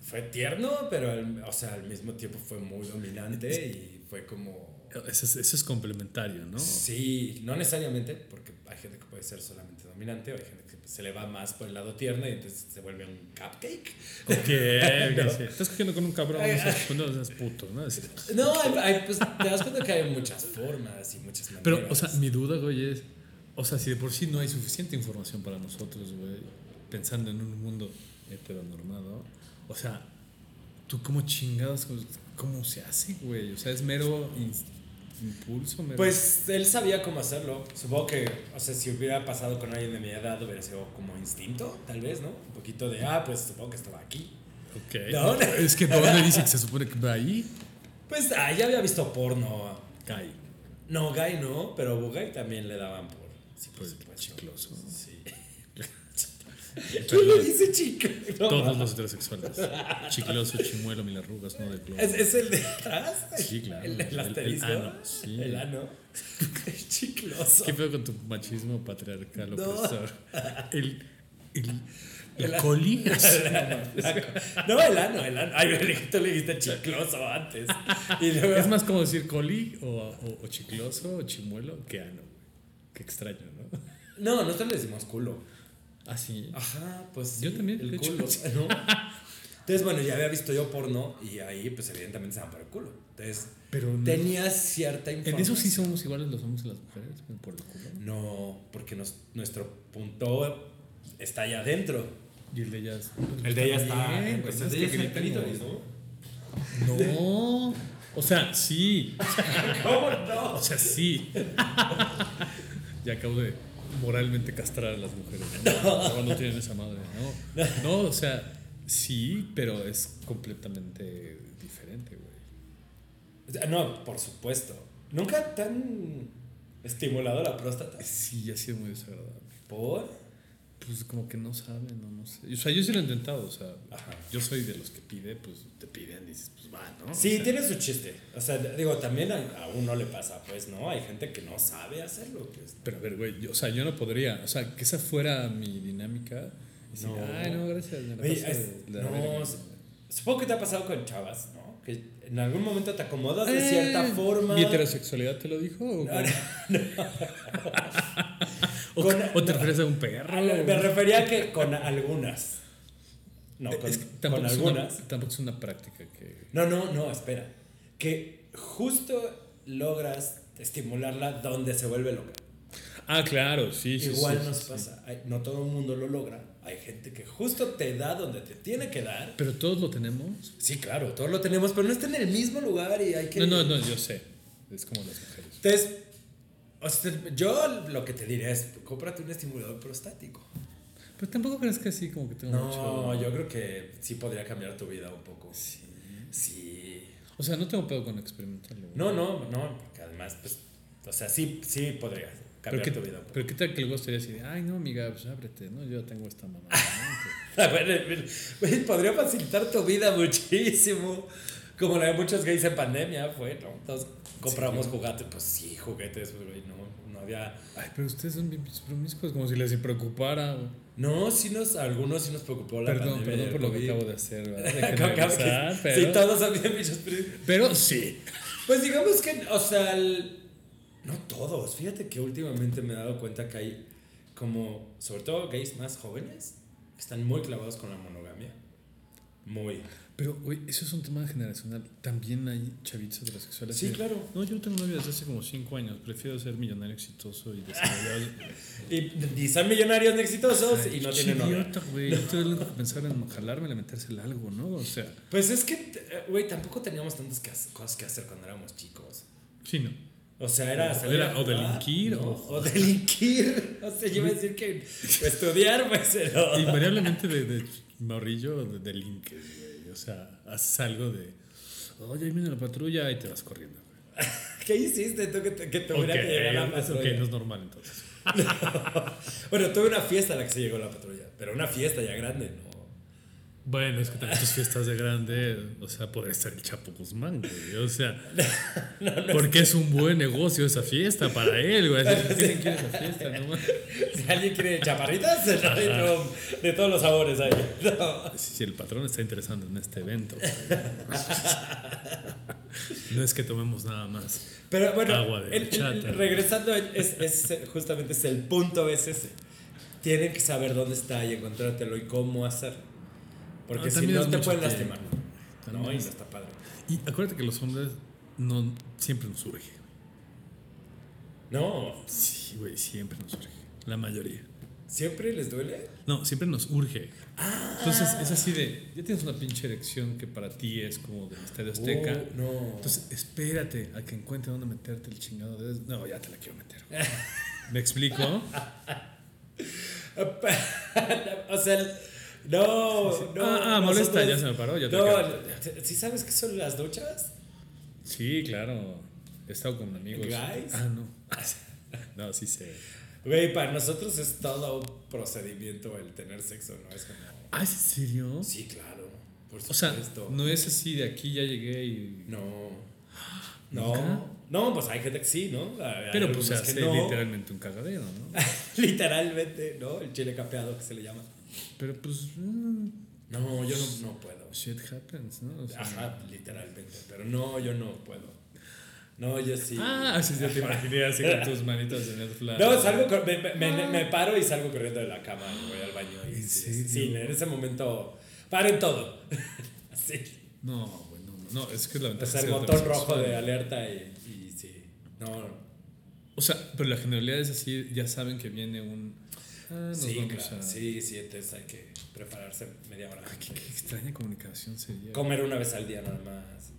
[SPEAKER 1] Fue tierno, pero al, o sea, al mismo tiempo fue muy dominante y fue como.
[SPEAKER 2] Eso es, eso es complementario, ¿no?
[SPEAKER 1] Sí, no necesariamente, porque hay gente que puede ser solamente dominante, o hay gente que se le va más por el lado tierno y entonces se vuelve un cupcake.
[SPEAKER 2] Ok, ok,
[SPEAKER 1] No.
[SPEAKER 2] sí. Estás cogiendo con un cabrón, no seas, no seas puto, ¿no? Es-
[SPEAKER 1] No, hay- hay, pues, te das cuenta que hay muchas formas y muchas maneras.
[SPEAKER 2] Pero, o sea, mi duda, güey, es. O sea, si de por sí no hay suficiente información para nosotros, güey, pensando en un mundo heteronormado, o sea, ¿tú cómo chingados, cómo se hace, güey? O sea, es mero ins- impulso, mero.
[SPEAKER 1] Pues él sabía cómo hacerlo. Supongo que, o sea, si hubiera pasado con alguien de mi edad, hubiera sido como instinto, tal vez, ¿no? Un poquito de, ah, pues supongo que estaba aquí.
[SPEAKER 2] Ok.
[SPEAKER 1] No, no.
[SPEAKER 2] Es que ¿dónde dice que se supone que va ahí?
[SPEAKER 1] Pues, ah, ya había visto porno.
[SPEAKER 2] Cae.
[SPEAKER 1] No, gay no, pero Bugay también le daban por. Sí, por
[SPEAKER 2] Por
[SPEAKER 1] supuesto.
[SPEAKER 2] Pues, chicloso.
[SPEAKER 1] Sí. ¿Quién le dice chica? No,
[SPEAKER 2] Todos los heterosexuales. Chicloso, chimuelo, mil arrugas, no de globo.
[SPEAKER 1] ¿Es, es el de atrás?
[SPEAKER 2] Sí, claro.
[SPEAKER 1] El, el
[SPEAKER 2] El- el
[SPEAKER 1] asterisco.
[SPEAKER 2] ano, sí.
[SPEAKER 1] El ano. Chicloso.
[SPEAKER 2] ¿Qué pedo con tu machismo patriarcal
[SPEAKER 1] No.
[SPEAKER 2] opresor? El. El.
[SPEAKER 1] El-
[SPEAKER 2] La coli.
[SPEAKER 1] No, el ano, el ano. Ay, tú le dijiste chicloso antes. Y luego,
[SPEAKER 2] Es más como decir coli o, o- o chicloso o chimuelo que ano. güey. Qué extraño, ¿no?
[SPEAKER 1] No, nosotros le decimos culo.
[SPEAKER 2] Así.
[SPEAKER 1] Ajá, pues.
[SPEAKER 2] Yo
[SPEAKER 1] sí,
[SPEAKER 2] también,
[SPEAKER 1] el
[SPEAKER 2] de hecho.
[SPEAKER 1] culo. ¿no? Entonces, bueno, ya había visto yo porno y ahí, pues, evidentemente se dan por el culo. Entonces,
[SPEAKER 2] Pero no-
[SPEAKER 1] tenía cierta
[SPEAKER 2] Mm. En
[SPEAKER 1] información.
[SPEAKER 2] eso sí somos iguales los hombres y las mujeres, por el culo.
[SPEAKER 1] No, porque nos- nuestro punto está allá adentro.
[SPEAKER 2] Y el de ellas.
[SPEAKER 1] El de ella está.
[SPEAKER 2] Bien,
[SPEAKER 1] pues,
[SPEAKER 2] güey,
[SPEAKER 1] el de
[SPEAKER 2] no
[SPEAKER 1] ella
[SPEAKER 2] es
[SPEAKER 1] está
[SPEAKER 2] que
[SPEAKER 1] en el clítoris,
[SPEAKER 2] gritemos.
[SPEAKER 1] ¿no?
[SPEAKER 2] No. O sea, sí.
[SPEAKER 1] ¿Cómo no?
[SPEAKER 2] O sea, sí. ya acabo de moralmente castrar a las mujeres. No, no, no tienen esa madre. No. no, o sea, sí, pero es completamente diferente, güey.
[SPEAKER 1] O sea, No, por supuesto. Nunca tan estimulado la próstata.
[SPEAKER 2] Sí, ha sido muy desagradable.
[SPEAKER 1] ¿Por?
[SPEAKER 2] Pues como que no saben, no, no sé. O sea, yo sí lo he intentado, o sea,
[SPEAKER 1] Ajá.
[SPEAKER 2] yo soy de los que pide, pues te piden, dices, pues va, ¿no? O
[SPEAKER 1] Sí,
[SPEAKER 2] sea,
[SPEAKER 1] tiene su chiste. O sea, digo, también a, a uno le pasa, pues, ¿no? Hay gente que no sabe hacerlo, pues.
[SPEAKER 2] Pero a ver, güey, yo- o sea, yo no podría, o sea, que esa fuera mi dinámica. Decir,
[SPEAKER 1] No.
[SPEAKER 2] Ay, no, gracias. me la
[SPEAKER 1] Oye,
[SPEAKER 2] paso
[SPEAKER 1] es-
[SPEAKER 2] de la
[SPEAKER 1] no,
[SPEAKER 2] verga".
[SPEAKER 1] s- supongo que te ha pasado con chavas, ¿no? Que en algún momento te acomodas de
[SPEAKER 2] Eh,
[SPEAKER 1] cierta forma.
[SPEAKER 2] ¿Mi heterosexualidad te lo dijo? ¿O,
[SPEAKER 1] No, no,
[SPEAKER 2] o-
[SPEAKER 1] Con-
[SPEAKER 2] o te refieres a un perro?
[SPEAKER 1] Me refería a que con algunas. No, con,
[SPEAKER 2] Es que
[SPEAKER 1] con
[SPEAKER 2] tampoco, es una,
[SPEAKER 1] algunas.
[SPEAKER 2] tampoco es una práctica que...
[SPEAKER 1] No, no, no, espera. Que justo logras estimularla donde se vuelve loca.
[SPEAKER 2] Ah, claro, sí, sí.
[SPEAKER 1] Igual
[SPEAKER 2] sí,
[SPEAKER 1] nos
[SPEAKER 2] sí.
[SPEAKER 1] pasa. Hay- no todo el mundo lo logra. Hay gente que justo te da donde te tiene que dar.
[SPEAKER 2] Pero todos lo tenemos.
[SPEAKER 1] Sí, claro, todos lo tenemos, pero no está en el mismo lugar y hay que.
[SPEAKER 2] No, no, no, yo sé. Es como las mujeres.
[SPEAKER 1] Entonces, o sea, yo lo que te diría es: cómprate un estimulador prostático.
[SPEAKER 2] Pero Pero tampoco crees que así como que tengo
[SPEAKER 1] No,
[SPEAKER 2] mucho.
[SPEAKER 1] yo creo que sí podría cambiar tu vida un poco. Sí.
[SPEAKER 2] O sea, no tengo pedo con experimentarlo. güey.
[SPEAKER 1] No, no, no, porque además, pues, o sea, sí, sí podría
[SPEAKER 2] Pero
[SPEAKER 1] cambiar
[SPEAKER 2] qué,
[SPEAKER 1] tu vida pues. un poco.
[SPEAKER 2] pero qué tal que luego estaría así de, ay, no, amiga, pues ábrete, ¿no? Yo ya tengo esta mamá. ¿no?
[SPEAKER 1] A ver, a ver, güey, podría facilitar tu vida muchísimo. Como la de muchos gays en pandemia fue, ¿no? Todos compramos juguetes, pues sí, juguetes, pues, güey, no, no había...
[SPEAKER 2] Ay, pero ustedes son bien pinches promiscuos, como si les preocupara. güey.
[SPEAKER 1] No, sí nos, algunos sí nos preocupó la
[SPEAKER 2] Perdón,
[SPEAKER 1] pandemia.
[SPEAKER 2] perdón
[SPEAKER 1] del
[SPEAKER 2] por lo que
[SPEAKER 1] COVID.
[SPEAKER 2] acabo de hacer, ¿verdad?
[SPEAKER 1] Como
[SPEAKER 2] Déjenme
[SPEAKER 1] que-
[SPEAKER 2] avisar, pero,
[SPEAKER 1] Sí, todos habían bichos, pero-
[SPEAKER 2] pero sí.
[SPEAKER 1] Pues digamos que, o sea, el- no todos. Fíjate que últimamente me he dado cuenta que hay como, sobre todo gays más jóvenes, que están muy clavados con la monogamia. Muy.
[SPEAKER 2] Pero, güey, eso es un tema generacional. También hay chavitos heterosexuales.
[SPEAKER 1] Sí,
[SPEAKER 2] que-
[SPEAKER 1] claro.
[SPEAKER 2] No, yo tengo novia desde hace como 5 años. Prefiero ser millonario exitoso y desarrollado.
[SPEAKER 1] Y, y son millonarios exitosos y no
[SPEAKER 2] Pinche
[SPEAKER 1] tienen novia.
[SPEAKER 2] idiota, güey. Yo todo lo que pensaba en jalarme, lamentársela algo, ¿no? O sea,
[SPEAKER 1] Pues es que, eh, güey, tampoco teníamos tantas que hac- cosas que hacer cuando éramos chicos.
[SPEAKER 2] sí, no.
[SPEAKER 1] O sea, era... salir
[SPEAKER 2] era
[SPEAKER 1] a
[SPEAKER 2] o
[SPEAKER 1] jugar,
[SPEAKER 2] delinquir,
[SPEAKER 1] ¿no?
[SPEAKER 2] o-
[SPEAKER 1] O delinquir. O sea, yo iba a decir que estudiar, pues... pero-
[SPEAKER 2] Invariablemente de, de morrillo, de, de linques, güey. O sea, haces algo de. Oye, ahí viene la patrulla y te vas corriendo, güey.
[SPEAKER 1] ¿Qué hiciste tú que, te- que tuviera
[SPEAKER 2] Ok,
[SPEAKER 1] que llegar a la
[SPEAKER 2] es- ok,
[SPEAKER 1] patrulla?
[SPEAKER 2] no es normal entonces.
[SPEAKER 1] Bueno, tuve una fiesta a la que se llegó la patrulla, pero una fiesta ya grande, ¿no?
[SPEAKER 2] Bueno, es que también tus fiestas de grande, o sea, podría estar el Chapo Guzmán, güey. O sea, porque es un buen negocio esa fiesta para él, güey. ¿Quién quiere esa fiesta, no mames?
[SPEAKER 1] Si alguien quiere chaparritas, ¿no? de, todo- de todos los sabores ahí. No.
[SPEAKER 2] Si el patrón está interesado en este evento. güey. No es que tomemos nada más.
[SPEAKER 1] Pero bueno,
[SPEAKER 2] Agua de
[SPEAKER 1] el- el-
[SPEAKER 2] horchata.
[SPEAKER 1] regresando, es, es- justamente es el punto es ese. Tienen que saber dónde está y encontrártelo y cómo hacer. Porque
[SPEAKER 2] Ah,
[SPEAKER 1] si
[SPEAKER 2] también
[SPEAKER 1] no
[SPEAKER 2] es
[SPEAKER 1] te
[SPEAKER 2] mucho
[SPEAKER 1] pueden
[SPEAKER 2] tiempo.
[SPEAKER 1] lastimar. No, y no está padre.
[SPEAKER 2] Y acuérdate que los hombres no siempre nos surge.
[SPEAKER 1] No,
[SPEAKER 2] Sí, güey, siempre nos surge. La mayoría.
[SPEAKER 1] siempre les duele.
[SPEAKER 2] No, siempre nos urge. Entonces es así de, ya tienes una pinche erección que para ti es como del Estadio Azteca.
[SPEAKER 1] Oh, no.
[SPEAKER 2] Entonces espérate a que encuentre dónde meterte el chingado dedo. No, ya te la quiero meter. güey. ¿Me explico?
[SPEAKER 1] o sea, el- no, no.
[SPEAKER 2] ah, ah, molesta,
[SPEAKER 1] nosotros-
[SPEAKER 2] ya se me paró, ya te
[SPEAKER 1] no,
[SPEAKER 2] quedo.
[SPEAKER 1] ¿sí sabes qué son las duchas?
[SPEAKER 2] Sí, claro. He estado con amigos.
[SPEAKER 1] ¿Guys?
[SPEAKER 2] Ah, no. No, sí sé.
[SPEAKER 1] Güey, para nosotros es todo un procedimiento el tener sexo, ¿no? Es como.
[SPEAKER 2] Ah, ¿es en serio?
[SPEAKER 1] Sí, claro. Por
[SPEAKER 2] O sea,
[SPEAKER 1] supuesto.
[SPEAKER 2] no es así de aquí ya llegué y...
[SPEAKER 1] no.
[SPEAKER 2] ¿Nunca?
[SPEAKER 1] No. No, pues hay gente que sí, ¿no? Hay- hay
[SPEAKER 2] Pero pues se
[SPEAKER 1] algunos que
[SPEAKER 2] hace
[SPEAKER 1] no.
[SPEAKER 2] literalmente un cagadero, ¿no?
[SPEAKER 1] Literalmente, ¿no? El chile capeado que se le llama.
[SPEAKER 2] Pero pues... mm,
[SPEAKER 1] No, yo no, no puedo.
[SPEAKER 2] Shit happens, ¿no? O sea,
[SPEAKER 1] Ajá, literalmente. Pero no, yo no puedo. No, yo sí.
[SPEAKER 2] Ah, sí, ya te imaginé así con tus manitas de Netflix.
[SPEAKER 1] No, salgo, cor- me, me- me- me paro y salgo corriendo de la cama, y voy al baño. Y,
[SPEAKER 2] Ah. ¿En
[SPEAKER 1] sí,
[SPEAKER 2] serio?
[SPEAKER 1] sí, en ese momento, paren todo. sí.
[SPEAKER 2] No, güey, no, no, no, es que la
[SPEAKER 1] O
[SPEAKER 2] ventaja
[SPEAKER 1] sea, el
[SPEAKER 2] ser
[SPEAKER 1] botón
[SPEAKER 2] heterosexual.
[SPEAKER 1] rojo de alerta y, y sí. No,
[SPEAKER 2] O sea, pero la generalidad es así, ya saben que viene un... Ah, nos
[SPEAKER 1] sí,
[SPEAKER 2] vamos
[SPEAKER 1] claro.
[SPEAKER 2] a...
[SPEAKER 1] Sí, sí, entonces hay que prepararse media hora.
[SPEAKER 2] Qué, qué extraña comunicación sería.
[SPEAKER 1] Comer una vez al día nada más.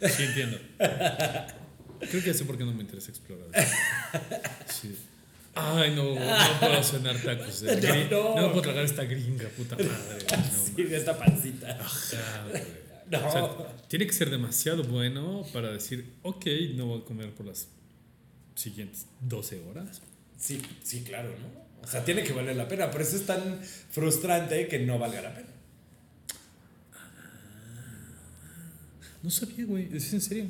[SPEAKER 2] Sí, entiendo. Creo que ya sé por qué no me interesa explorar. Sí. Ay, no, no puedo cenar tacos. de gri-
[SPEAKER 1] No,
[SPEAKER 2] no,
[SPEAKER 1] no.
[SPEAKER 2] me puedo tragar esta gringa, puta madre. No,
[SPEAKER 1] Sí, de esta pancita.
[SPEAKER 2] ajá, güey.
[SPEAKER 1] No.
[SPEAKER 2] Ah. O sea, tiene que ser demasiado bueno para decir, ok, no voy a comer por las siguientes 12 horas.
[SPEAKER 1] Sí, sí, claro, ¿no? O sea, tiene que valer la pena, pero eso es tan frustrante que no valga la pena.
[SPEAKER 2] No sabía, güey, es en serio.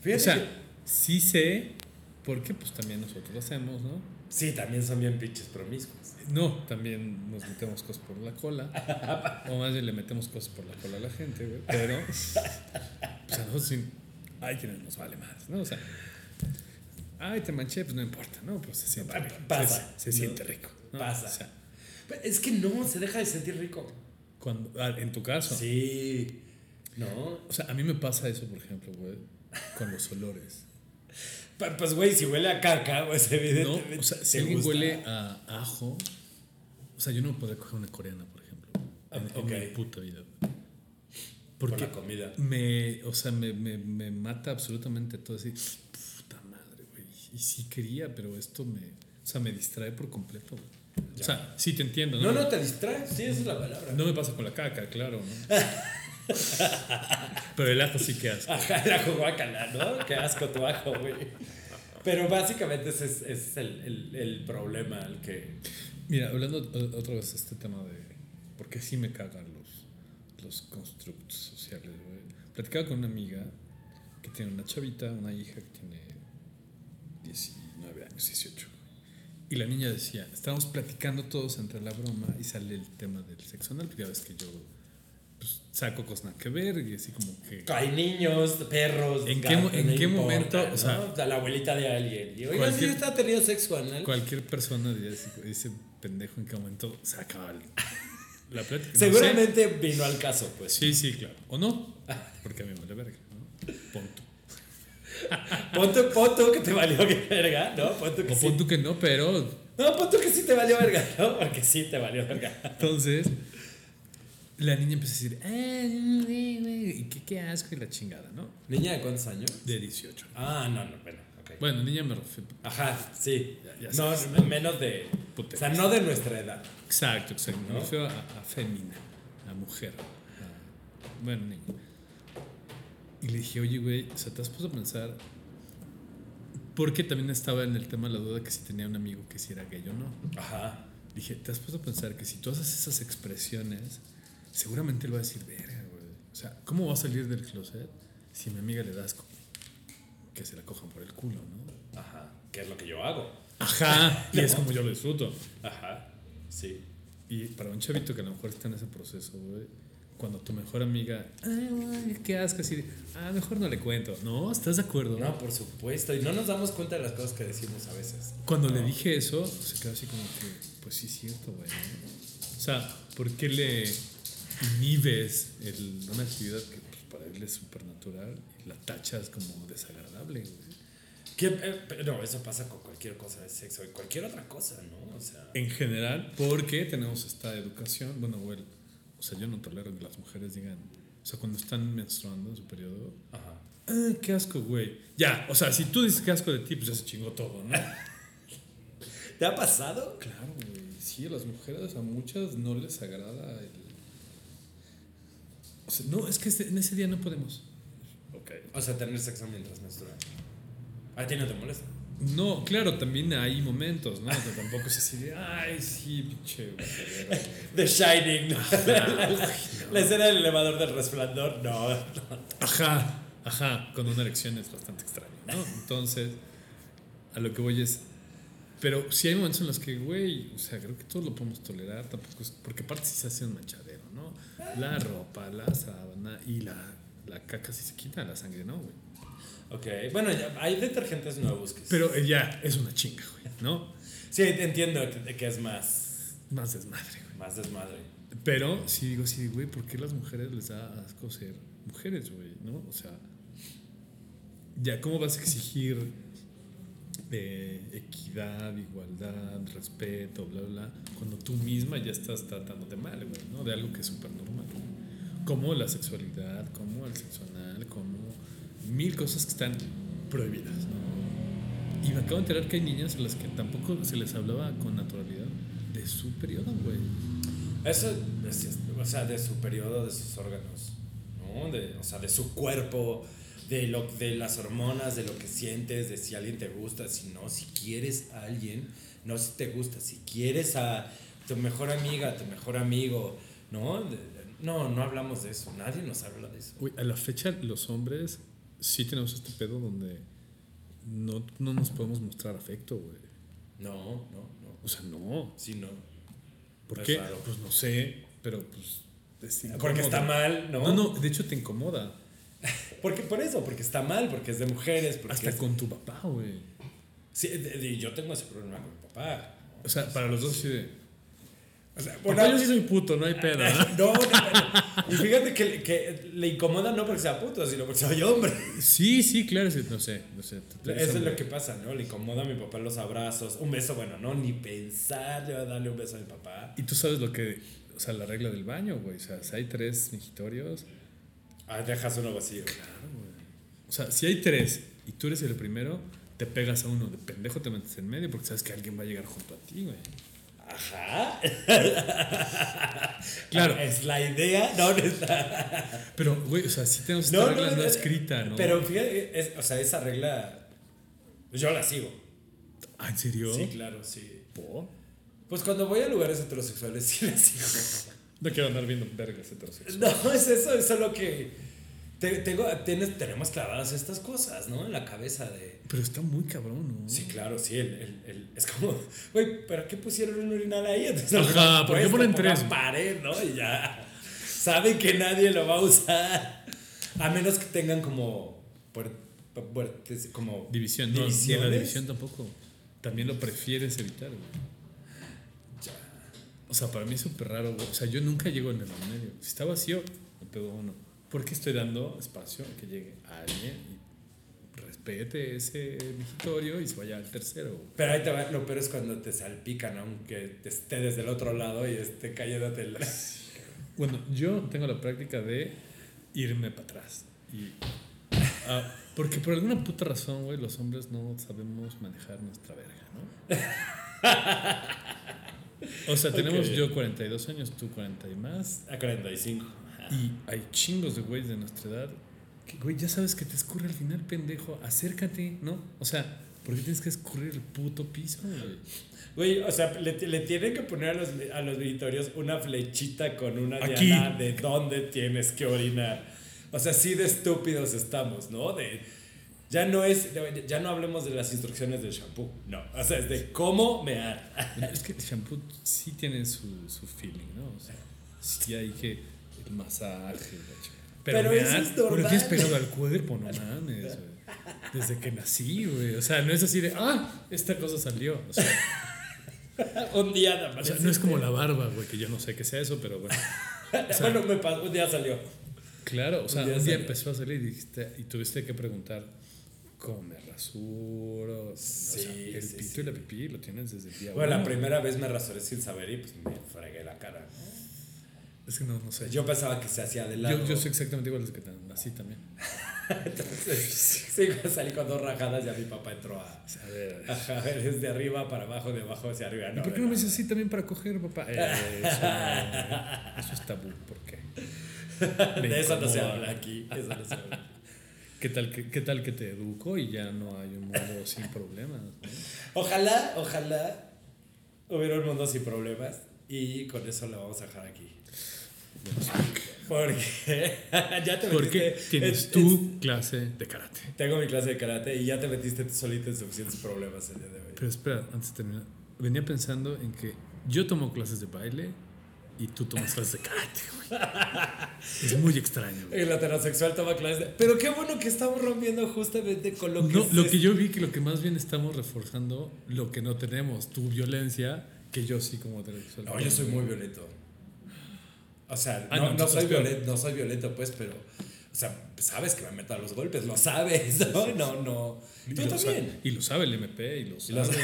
[SPEAKER 1] Fíjate
[SPEAKER 2] o sea,
[SPEAKER 1] que-
[SPEAKER 2] sí sé, porque pues también nosotros lo hacemos, ¿no?
[SPEAKER 1] Sí, también son bien pinches promiscuos.
[SPEAKER 2] No, también nos metemos cosas por la cola. o más bien le metemos cosas por la cola a la gente, güey. Pero, pues a nosotros sí, hay quienes nos vale más, ¿no? O sea, ay, te manché, pues no importa, ¿no? Pues se siente
[SPEAKER 1] Vale,
[SPEAKER 2] rico.
[SPEAKER 1] pasa,
[SPEAKER 2] Se, se
[SPEAKER 1] ¿no?
[SPEAKER 2] siente rico. ¿no?
[SPEAKER 1] Pasa.
[SPEAKER 2] O sea,
[SPEAKER 1] Pero es que no, se deja de sentir rico.
[SPEAKER 2] cuando, ah, en tu caso.
[SPEAKER 1] Sí. No.
[SPEAKER 2] O sea, a mí me pasa eso, por ejemplo, güey, con los olores.
[SPEAKER 1] Pa- Pues, güey, si huele a caca, pues
[SPEAKER 2] ¿No?
[SPEAKER 1] evidentemente.
[SPEAKER 2] O sea, si
[SPEAKER 1] te
[SPEAKER 2] alguien
[SPEAKER 1] gusta.
[SPEAKER 2] huele a ajo, o sea, yo no me podría coger una coreana, por ejemplo. En, en
[SPEAKER 1] Ah, ok.
[SPEAKER 2] mi puta vida.
[SPEAKER 1] por
[SPEAKER 2] Porque
[SPEAKER 1] la comida.
[SPEAKER 2] Me, o sea, me, me, me mata absolutamente todo así. Puta madre, güey. Y sí quería, pero esto me. O sea, me distrae por completo. güey. O sea, sí te entiendo,
[SPEAKER 1] No,
[SPEAKER 2] ¿no?
[SPEAKER 1] no, te distraes. Sí, esa es la palabra.
[SPEAKER 2] No me pasa con la caca, claro, ¿no? Pero el ajo sí que hace.
[SPEAKER 1] Ajá, el ajo guácala,
[SPEAKER 4] ¿no? Qué asco tu ajo, güey.
[SPEAKER 1] Pero básicamente ese es, ese es el, el- el problema al que.
[SPEAKER 2] Mira, hablando o- otra vez de este tema de por qué sí me cagan los, los constructos sociales, güey. Platicaba con una amiga que tiene una chavita, una hija que tiene 19 años, 18. Y la niña decía, estábamos platicando todos entre la broma y sale el tema del sexo anal, porque ya ves que yo pues, saco cosas nada que ver y así como que...
[SPEAKER 1] Hay niños, perros.
[SPEAKER 2] ¿En qué
[SPEAKER 1] gatos,
[SPEAKER 2] mo- en
[SPEAKER 1] no
[SPEAKER 2] qué
[SPEAKER 1] importa,
[SPEAKER 2] momento? O
[SPEAKER 1] ¿no?
[SPEAKER 2] sea,
[SPEAKER 1] la abuelita de alguien. Y, Oiga,
[SPEAKER 2] cualquier-
[SPEAKER 1] sí, yo estaba teniendo sexo anal.
[SPEAKER 2] Cualquier persona diría así, ese pendejo en qué momento se acaba el- la plática. No sé.
[SPEAKER 1] Seguramente vino al caso, pues.
[SPEAKER 2] Sí, sí, claro. O no, porque a mí me vale verga, ¿no? Punto.
[SPEAKER 1] Pon tu, pon tú que te valió que verga, ¿no? Pon tú que
[SPEAKER 2] O
[SPEAKER 1] sí.
[SPEAKER 2] pon tú que no, pero
[SPEAKER 1] No, pon tú que sí te valió verga, ¿no? Porque sí te valió verga.
[SPEAKER 2] entonces la niña empezó a decir, "Ah, no, güey, güey, y qué, qué asco y la chingada, ¿no?
[SPEAKER 1] ¿Niña de cuántos años?
[SPEAKER 2] De 18.
[SPEAKER 1] Ah, no, no, bueno, ok.
[SPEAKER 2] Bueno, niña me refiero.
[SPEAKER 1] Ajá, sí.
[SPEAKER 2] Ya- ya
[SPEAKER 1] no,
[SPEAKER 2] sabes,
[SPEAKER 1] no, menos de.
[SPEAKER 2] Puta.
[SPEAKER 1] O sea, no de nuestra edad.
[SPEAKER 2] Exacto, exacto. Me
[SPEAKER 1] ¿No?
[SPEAKER 2] refiero a, a fémina, a mujer. a- bueno, niña. Y le dije, oye, güey, o sea, te has puesto a pensar. Porque también estaba en el tema la duda que si tenía un amigo que si era gay o no.
[SPEAKER 1] Ajá.
[SPEAKER 2] Dije, ¿te has puesto a pensar que si tú haces esas expresiones, seguramente él va a decir, verga, güey? O sea, ¿cómo va a salir del closet si a mi amiga le das como que se la cojan por el culo, no?
[SPEAKER 1] Ajá. ¿Qué es lo que yo hago?
[SPEAKER 2] Ajá, y es como yo lo disfruto.
[SPEAKER 1] Ajá. Sí.
[SPEAKER 2] Y para un chavito que a lo mejor está en ese proceso, güey, cuando tu mejor amiga, ay, güey, qué asco, así, de, ah, mejor no le cuento. No, ¿estás de acuerdo?
[SPEAKER 1] No, por supuesto. Y no nos damos cuenta de las cosas que decimos a veces.
[SPEAKER 2] Cuando le dije eso, se quedó así como que, pues sí es cierto, güey. ¿no? O sea, ¿por qué le inhibes el- una actividad que pues, para él es supernatural y la tachas como desagradable, güey?
[SPEAKER 1] Que, eh, pero eso pasa con cualquier cosa de sexo y cualquier otra cosa, ¿no? O sea.
[SPEAKER 2] En general, porque tenemos esta educación, bueno, güey, o sea, yo no tolero que las mujeres digan, o sea, cuando están menstruando en su periodo,
[SPEAKER 1] Ajá.
[SPEAKER 2] ah, qué asco, güey. Ya, o sea, si tú dices qué asco de ti, pues ya se chingó todo, ¿no?
[SPEAKER 1] ¿Te ha pasado?
[SPEAKER 2] Claro, güey. Sí, a las mujeres a muchas no les agrada el. O sea, no, es que este- en ese día no podemos. Ok.
[SPEAKER 1] O sea, tener sexo mientras menstruas. ¿A ti no te molesta?
[SPEAKER 2] No, claro, también hay momentos, ¿no? O sea, tampoco es así de, ay, sí, pinche. güey".
[SPEAKER 1] The Shining.
[SPEAKER 2] Ah,
[SPEAKER 1] La escena del elevador del resplandor. No.
[SPEAKER 2] Ajá, ajá, con una erección es bastante extraño, ¿no? Entonces, a lo que voy es. Pero sí hay momentos en los que, güey, o sea, creo que todos lo podemos tolerar, tampoco es. Porque aparte sí se hace un manchadero, ¿no? La ropa, la sábana y la, la caca sí se quita, la sangre no, güey.
[SPEAKER 1] Ok. Bueno, ya, hay detergentes nuevos que
[SPEAKER 2] Pero eh, ya, es una chinga, güey, ¿no?
[SPEAKER 1] Sí, entiendo que, que es más,
[SPEAKER 2] Más desmadre, güey.
[SPEAKER 1] más desmadre.
[SPEAKER 2] Pero sí digo, sí, güey, ¿por qué las mujeres les da asco ser mujeres, güey? ¿No? O sea, ya, ¿cómo vas a exigir eh, equidad, igualdad, respeto, bla, bla, cuando tú misma ya estás tratándote mal, güey, ¿no? De algo que es súper normal. güey. Como la sexualidad, como el sexo anal, como mil cosas que están prohibidas, ¿no? Y me acabo de enterar que hay niñas a las que tampoco se les hablaba con naturalidad de su periodo, güey.
[SPEAKER 1] Eso, es- es- o sea, de su periodo, de sus órganos, ¿no? De, o sea, de su cuerpo, de, lo, de las hormonas, de lo que sientes, de si alguien te gusta, si no, si quieres a alguien, no si te gusta, si quieres a tu mejor amiga, a tu mejor amigo, ¿no? De- de- no, no hablamos de eso, nadie nos habla de eso.
[SPEAKER 2] Güey, a la fecha los hombres sí tenemos este pedo donde no, no nos podemos mostrar afecto, güey.
[SPEAKER 1] No, no, no.
[SPEAKER 2] O sea, no.
[SPEAKER 1] Sí, no.
[SPEAKER 2] ¿Por
[SPEAKER 1] Es
[SPEAKER 2] qué?
[SPEAKER 1] raro.
[SPEAKER 2] Pues no sé, pero pues... es
[SPEAKER 1] Porque
[SPEAKER 2] incómodo.
[SPEAKER 1] está mal, ¿no?
[SPEAKER 2] No, no, de hecho te incomoda.
[SPEAKER 1] Porque por eso, porque está mal, porque es de mujeres, porque
[SPEAKER 2] Hasta
[SPEAKER 1] es-
[SPEAKER 2] con tu papá, güey.
[SPEAKER 1] Sí, de- de- yo tengo ese problema con mi papá.
[SPEAKER 2] O sea, para los dos sí de...
[SPEAKER 1] O sea, por
[SPEAKER 2] Porque
[SPEAKER 1] algo-
[SPEAKER 2] yo sí soy puto, no hay pedo, ¿no?
[SPEAKER 1] No, no, no. Y fíjate que, que le incomoda no porque sea puto, sino porque soy hombre.
[SPEAKER 2] Sí, sí, claro, sí, no sé, no sé.
[SPEAKER 1] Eso es lo que pasa, ¿no? Le incomoda a mi papá los abrazos. Un beso, bueno, no, ni pensar le voy a darle un beso a mi papá.
[SPEAKER 2] Y tú sabes lo que... O sea, la regla del baño, güey. O sea, si hay tres mijitorios...
[SPEAKER 1] Ah, dejas uno vacío.
[SPEAKER 2] O sea, si hay tres y tú eres el primero, te pegas a uno de pendejo, te metes en medio porque sabes que alguien va a llegar junto a ti, güey.
[SPEAKER 1] Ajá.
[SPEAKER 2] Claro.
[SPEAKER 1] Es la idea. No, no es la-
[SPEAKER 2] Pero, güey, o sea, sí tenemos esta
[SPEAKER 1] No, no,
[SPEAKER 2] regla no
[SPEAKER 1] no,
[SPEAKER 2] escrita, ¿no?
[SPEAKER 1] Pero fíjate, es- o sea, esa regla. pues Yo la sigo.
[SPEAKER 2] Ah, ¿en serio?
[SPEAKER 1] Sí, claro, sí.
[SPEAKER 2] ¿Por?
[SPEAKER 1] Pues cuando voy a lugares heterosexuales, sí la sigo.
[SPEAKER 2] No quiero andar viendo vergas heterosexuales.
[SPEAKER 1] No, es eso, es solo que. te- tengo, tienes, tenemos clavadas estas cosas, ¿no? En la cabeza de.
[SPEAKER 2] Pero está muy cabrón, ¿no?
[SPEAKER 1] Sí, claro, sí. El, el- el- es como, güey, ¿para qué pusieron un urinal ahí? Entonces,
[SPEAKER 2] Ajá,
[SPEAKER 1] lo
[SPEAKER 2] Ah, ¿por qué
[SPEAKER 1] puesto
[SPEAKER 2] ponen
[SPEAKER 1] por
[SPEAKER 2] tres?
[SPEAKER 1] la pared, ¿no? Y ya. Saben que nadie lo va a usar. A menos que tengan como. puer- pu- puertes- como
[SPEAKER 2] División, no, no, la
[SPEAKER 1] divisiones.
[SPEAKER 2] división tampoco. También lo prefieres evitar, güey. O sea, para mí es súper raro, güey. O sea, yo nunca llego en el medio. Si está vacío, me pego uno. ¿Por qué estoy dando espacio a que llegue alguien y respete ese vigitorio y se vaya al tercero? güey?
[SPEAKER 1] Pero ahí te va, lo peor es cuando te salpican, aunque esté desde el otro lado y esté cayéndote el.
[SPEAKER 2] Bueno, yo tengo la práctica de irme para atrás. Y, ah, porque por alguna puta razón, güey, los hombres no sabemos manejar nuestra verga, ¿no? O sea, tenemos
[SPEAKER 1] Ok.
[SPEAKER 2] yo 42 años, tú 40 y más.
[SPEAKER 1] A 45.
[SPEAKER 2] Y hay chingos de güeyes de nuestra edad. Que, güey, ya sabes que te escurre al final, pendejo. Acércate, ¿no? O sea, ¿por qué tienes que escurrir el puto piso, güey?
[SPEAKER 1] Güey, o sea, le, le tienen que poner a los, a los vitorios una flechita con una
[SPEAKER 2] Aquí.
[SPEAKER 1] diana de dónde tienes que orinar. O sea, sí de estúpidos estamos, ¿no? De, ya no es, de- ya no hablemos de las instrucciones del shampoo, no. O sea, es de cómo me ha...
[SPEAKER 2] Bueno, Es que el shampoo sí tiene su, su feeling, ¿no? O sea, sí hay que el masaje, la chingada.
[SPEAKER 1] Pero
[SPEAKER 2] me
[SPEAKER 1] eso
[SPEAKER 2] ha-
[SPEAKER 1] es
[SPEAKER 2] Pero
[SPEAKER 1] normal.
[SPEAKER 2] tienes pegado al cuerpo, no mames, güey. Desde que nací, güey. O sea, no es así de, ah, esta cosa salió. O sea,
[SPEAKER 1] Un día de
[SPEAKER 2] o sea,
[SPEAKER 1] amanecer.
[SPEAKER 2] no es como la barba, güey, que yo no sé qué sea eso, pero bueno.
[SPEAKER 1] Bueno, me pasó, un día salió.
[SPEAKER 2] Claro, o sea,
[SPEAKER 1] Un
[SPEAKER 2] un
[SPEAKER 1] día
[SPEAKER 2] día,
[SPEAKER 1] salió.
[SPEAKER 2] empezó a salir y, dijiste, y tuviste que preguntar, ¿cómo me rasuro? O sea,
[SPEAKER 1] Sí,
[SPEAKER 2] el
[SPEAKER 1] sí,
[SPEAKER 2] pito
[SPEAKER 1] sí.
[SPEAKER 2] y la pipí lo tienes desde el día
[SPEAKER 1] Bueno, la
[SPEAKER 2] uno.
[SPEAKER 1] primera vez me rasuré sin saber y pues me fregué la cara. ¿no?
[SPEAKER 2] Es que no, no sé. Yo,
[SPEAKER 1] Yo pensaba que se hacía de lado.
[SPEAKER 2] yo, soy exactamente igual desde que nací también.
[SPEAKER 1] Sí, salí con dos rajadas y a mi papá entró a...
[SPEAKER 2] A ver,
[SPEAKER 1] Ajá, es de arriba para abajo, de abajo hacia arriba.
[SPEAKER 2] ¿Y
[SPEAKER 1] No,
[SPEAKER 2] por qué
[SPEAKER 1] de
[SPEAKER 2] no me
[SPEAKER 1] nada.
[SPEAKER 2] dices así también para coger, papá? Eh, eso, no, eso es tabú, ¿por qué? Me
[SPEAKER 1] De eso no se
[SPEAKER 2] incomoda.
[SPEAKER 1] habla aquí. de eso no se habla.
[SPEAKER 2] ¿Qué tal, que, ¿Qué tal que te educo y ya no hay un mundo sin problemas? ¿no?
[SPEAKER 1] Ojalá, ojalá hubiera un mundo sin problemas. Y con eso lo vamos a dejar aquí. Porque ya te metiste.
[SPEAKER 2] Porque
[SPEAKER 1] en-
[SPEAKER 2] tienes tu clase de karate.
[SPEAKER 1] en- Tengo mi clase de karate y ya te metiste tú solito en suficientes problemas el día de hoy.
[SPEAKER 2] Pero espera, antes de terminar, venía pensando en que yo tomo clases de baile y tú tomas clases de karate, güey. Es muy extraño, güey.
[SPEAKER 1] El heterosexual toma clases de. Pero qué bueno que estamos rompiendo justamente con lo que.
[SPEAKER 2] No,
[SPEAKER 1] es
[SPEAKER 2] lo que yo vi que lo que más bien estamos reforzando lo que no tenemos, tu violencia, que yo sí como heterosexual.
[SPEAKER 1] No, yo soy muy violento. O sea,
[SPEAKER 2] Ah,
[SPEAKER 1] no,
[SPEAKER 2] no,
[SPEAKER 1] no soy
[SPEAKER 2] entonces,
[SPEAKER 1] violento, no soy violento, pues, pero. O sea, sabes que me meto a los golpes, lo sabes, ¿no? No, no.
[SPEAKER 2] Y
[SPEAKER 1] Tú
[SPEAKER 2] lo sa-
[SPEAKER 1] también.
[SPEAKER 2] Y lo sabe el MP, y lo
[SPEAKER 1] lo
[SPEAKER 2] sabe,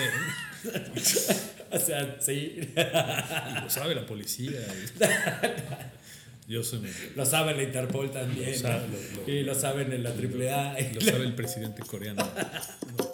[SPEAKER 1] O sea, sí,
[SPEAKER 2] y lo sabe la policía. y- Yo soy muy violento.
[SPEAKER 1] lo sabe la Interpol también.
[SPEAKER 2] Lo sabe,
[SPEAKER 1] ¿no?
[SPEAKER 2] lo- lo-
[SPEAKER 1] y lo saben en la AAA.
[SPEAKER 2] Lo sabe el presidente coreano. No,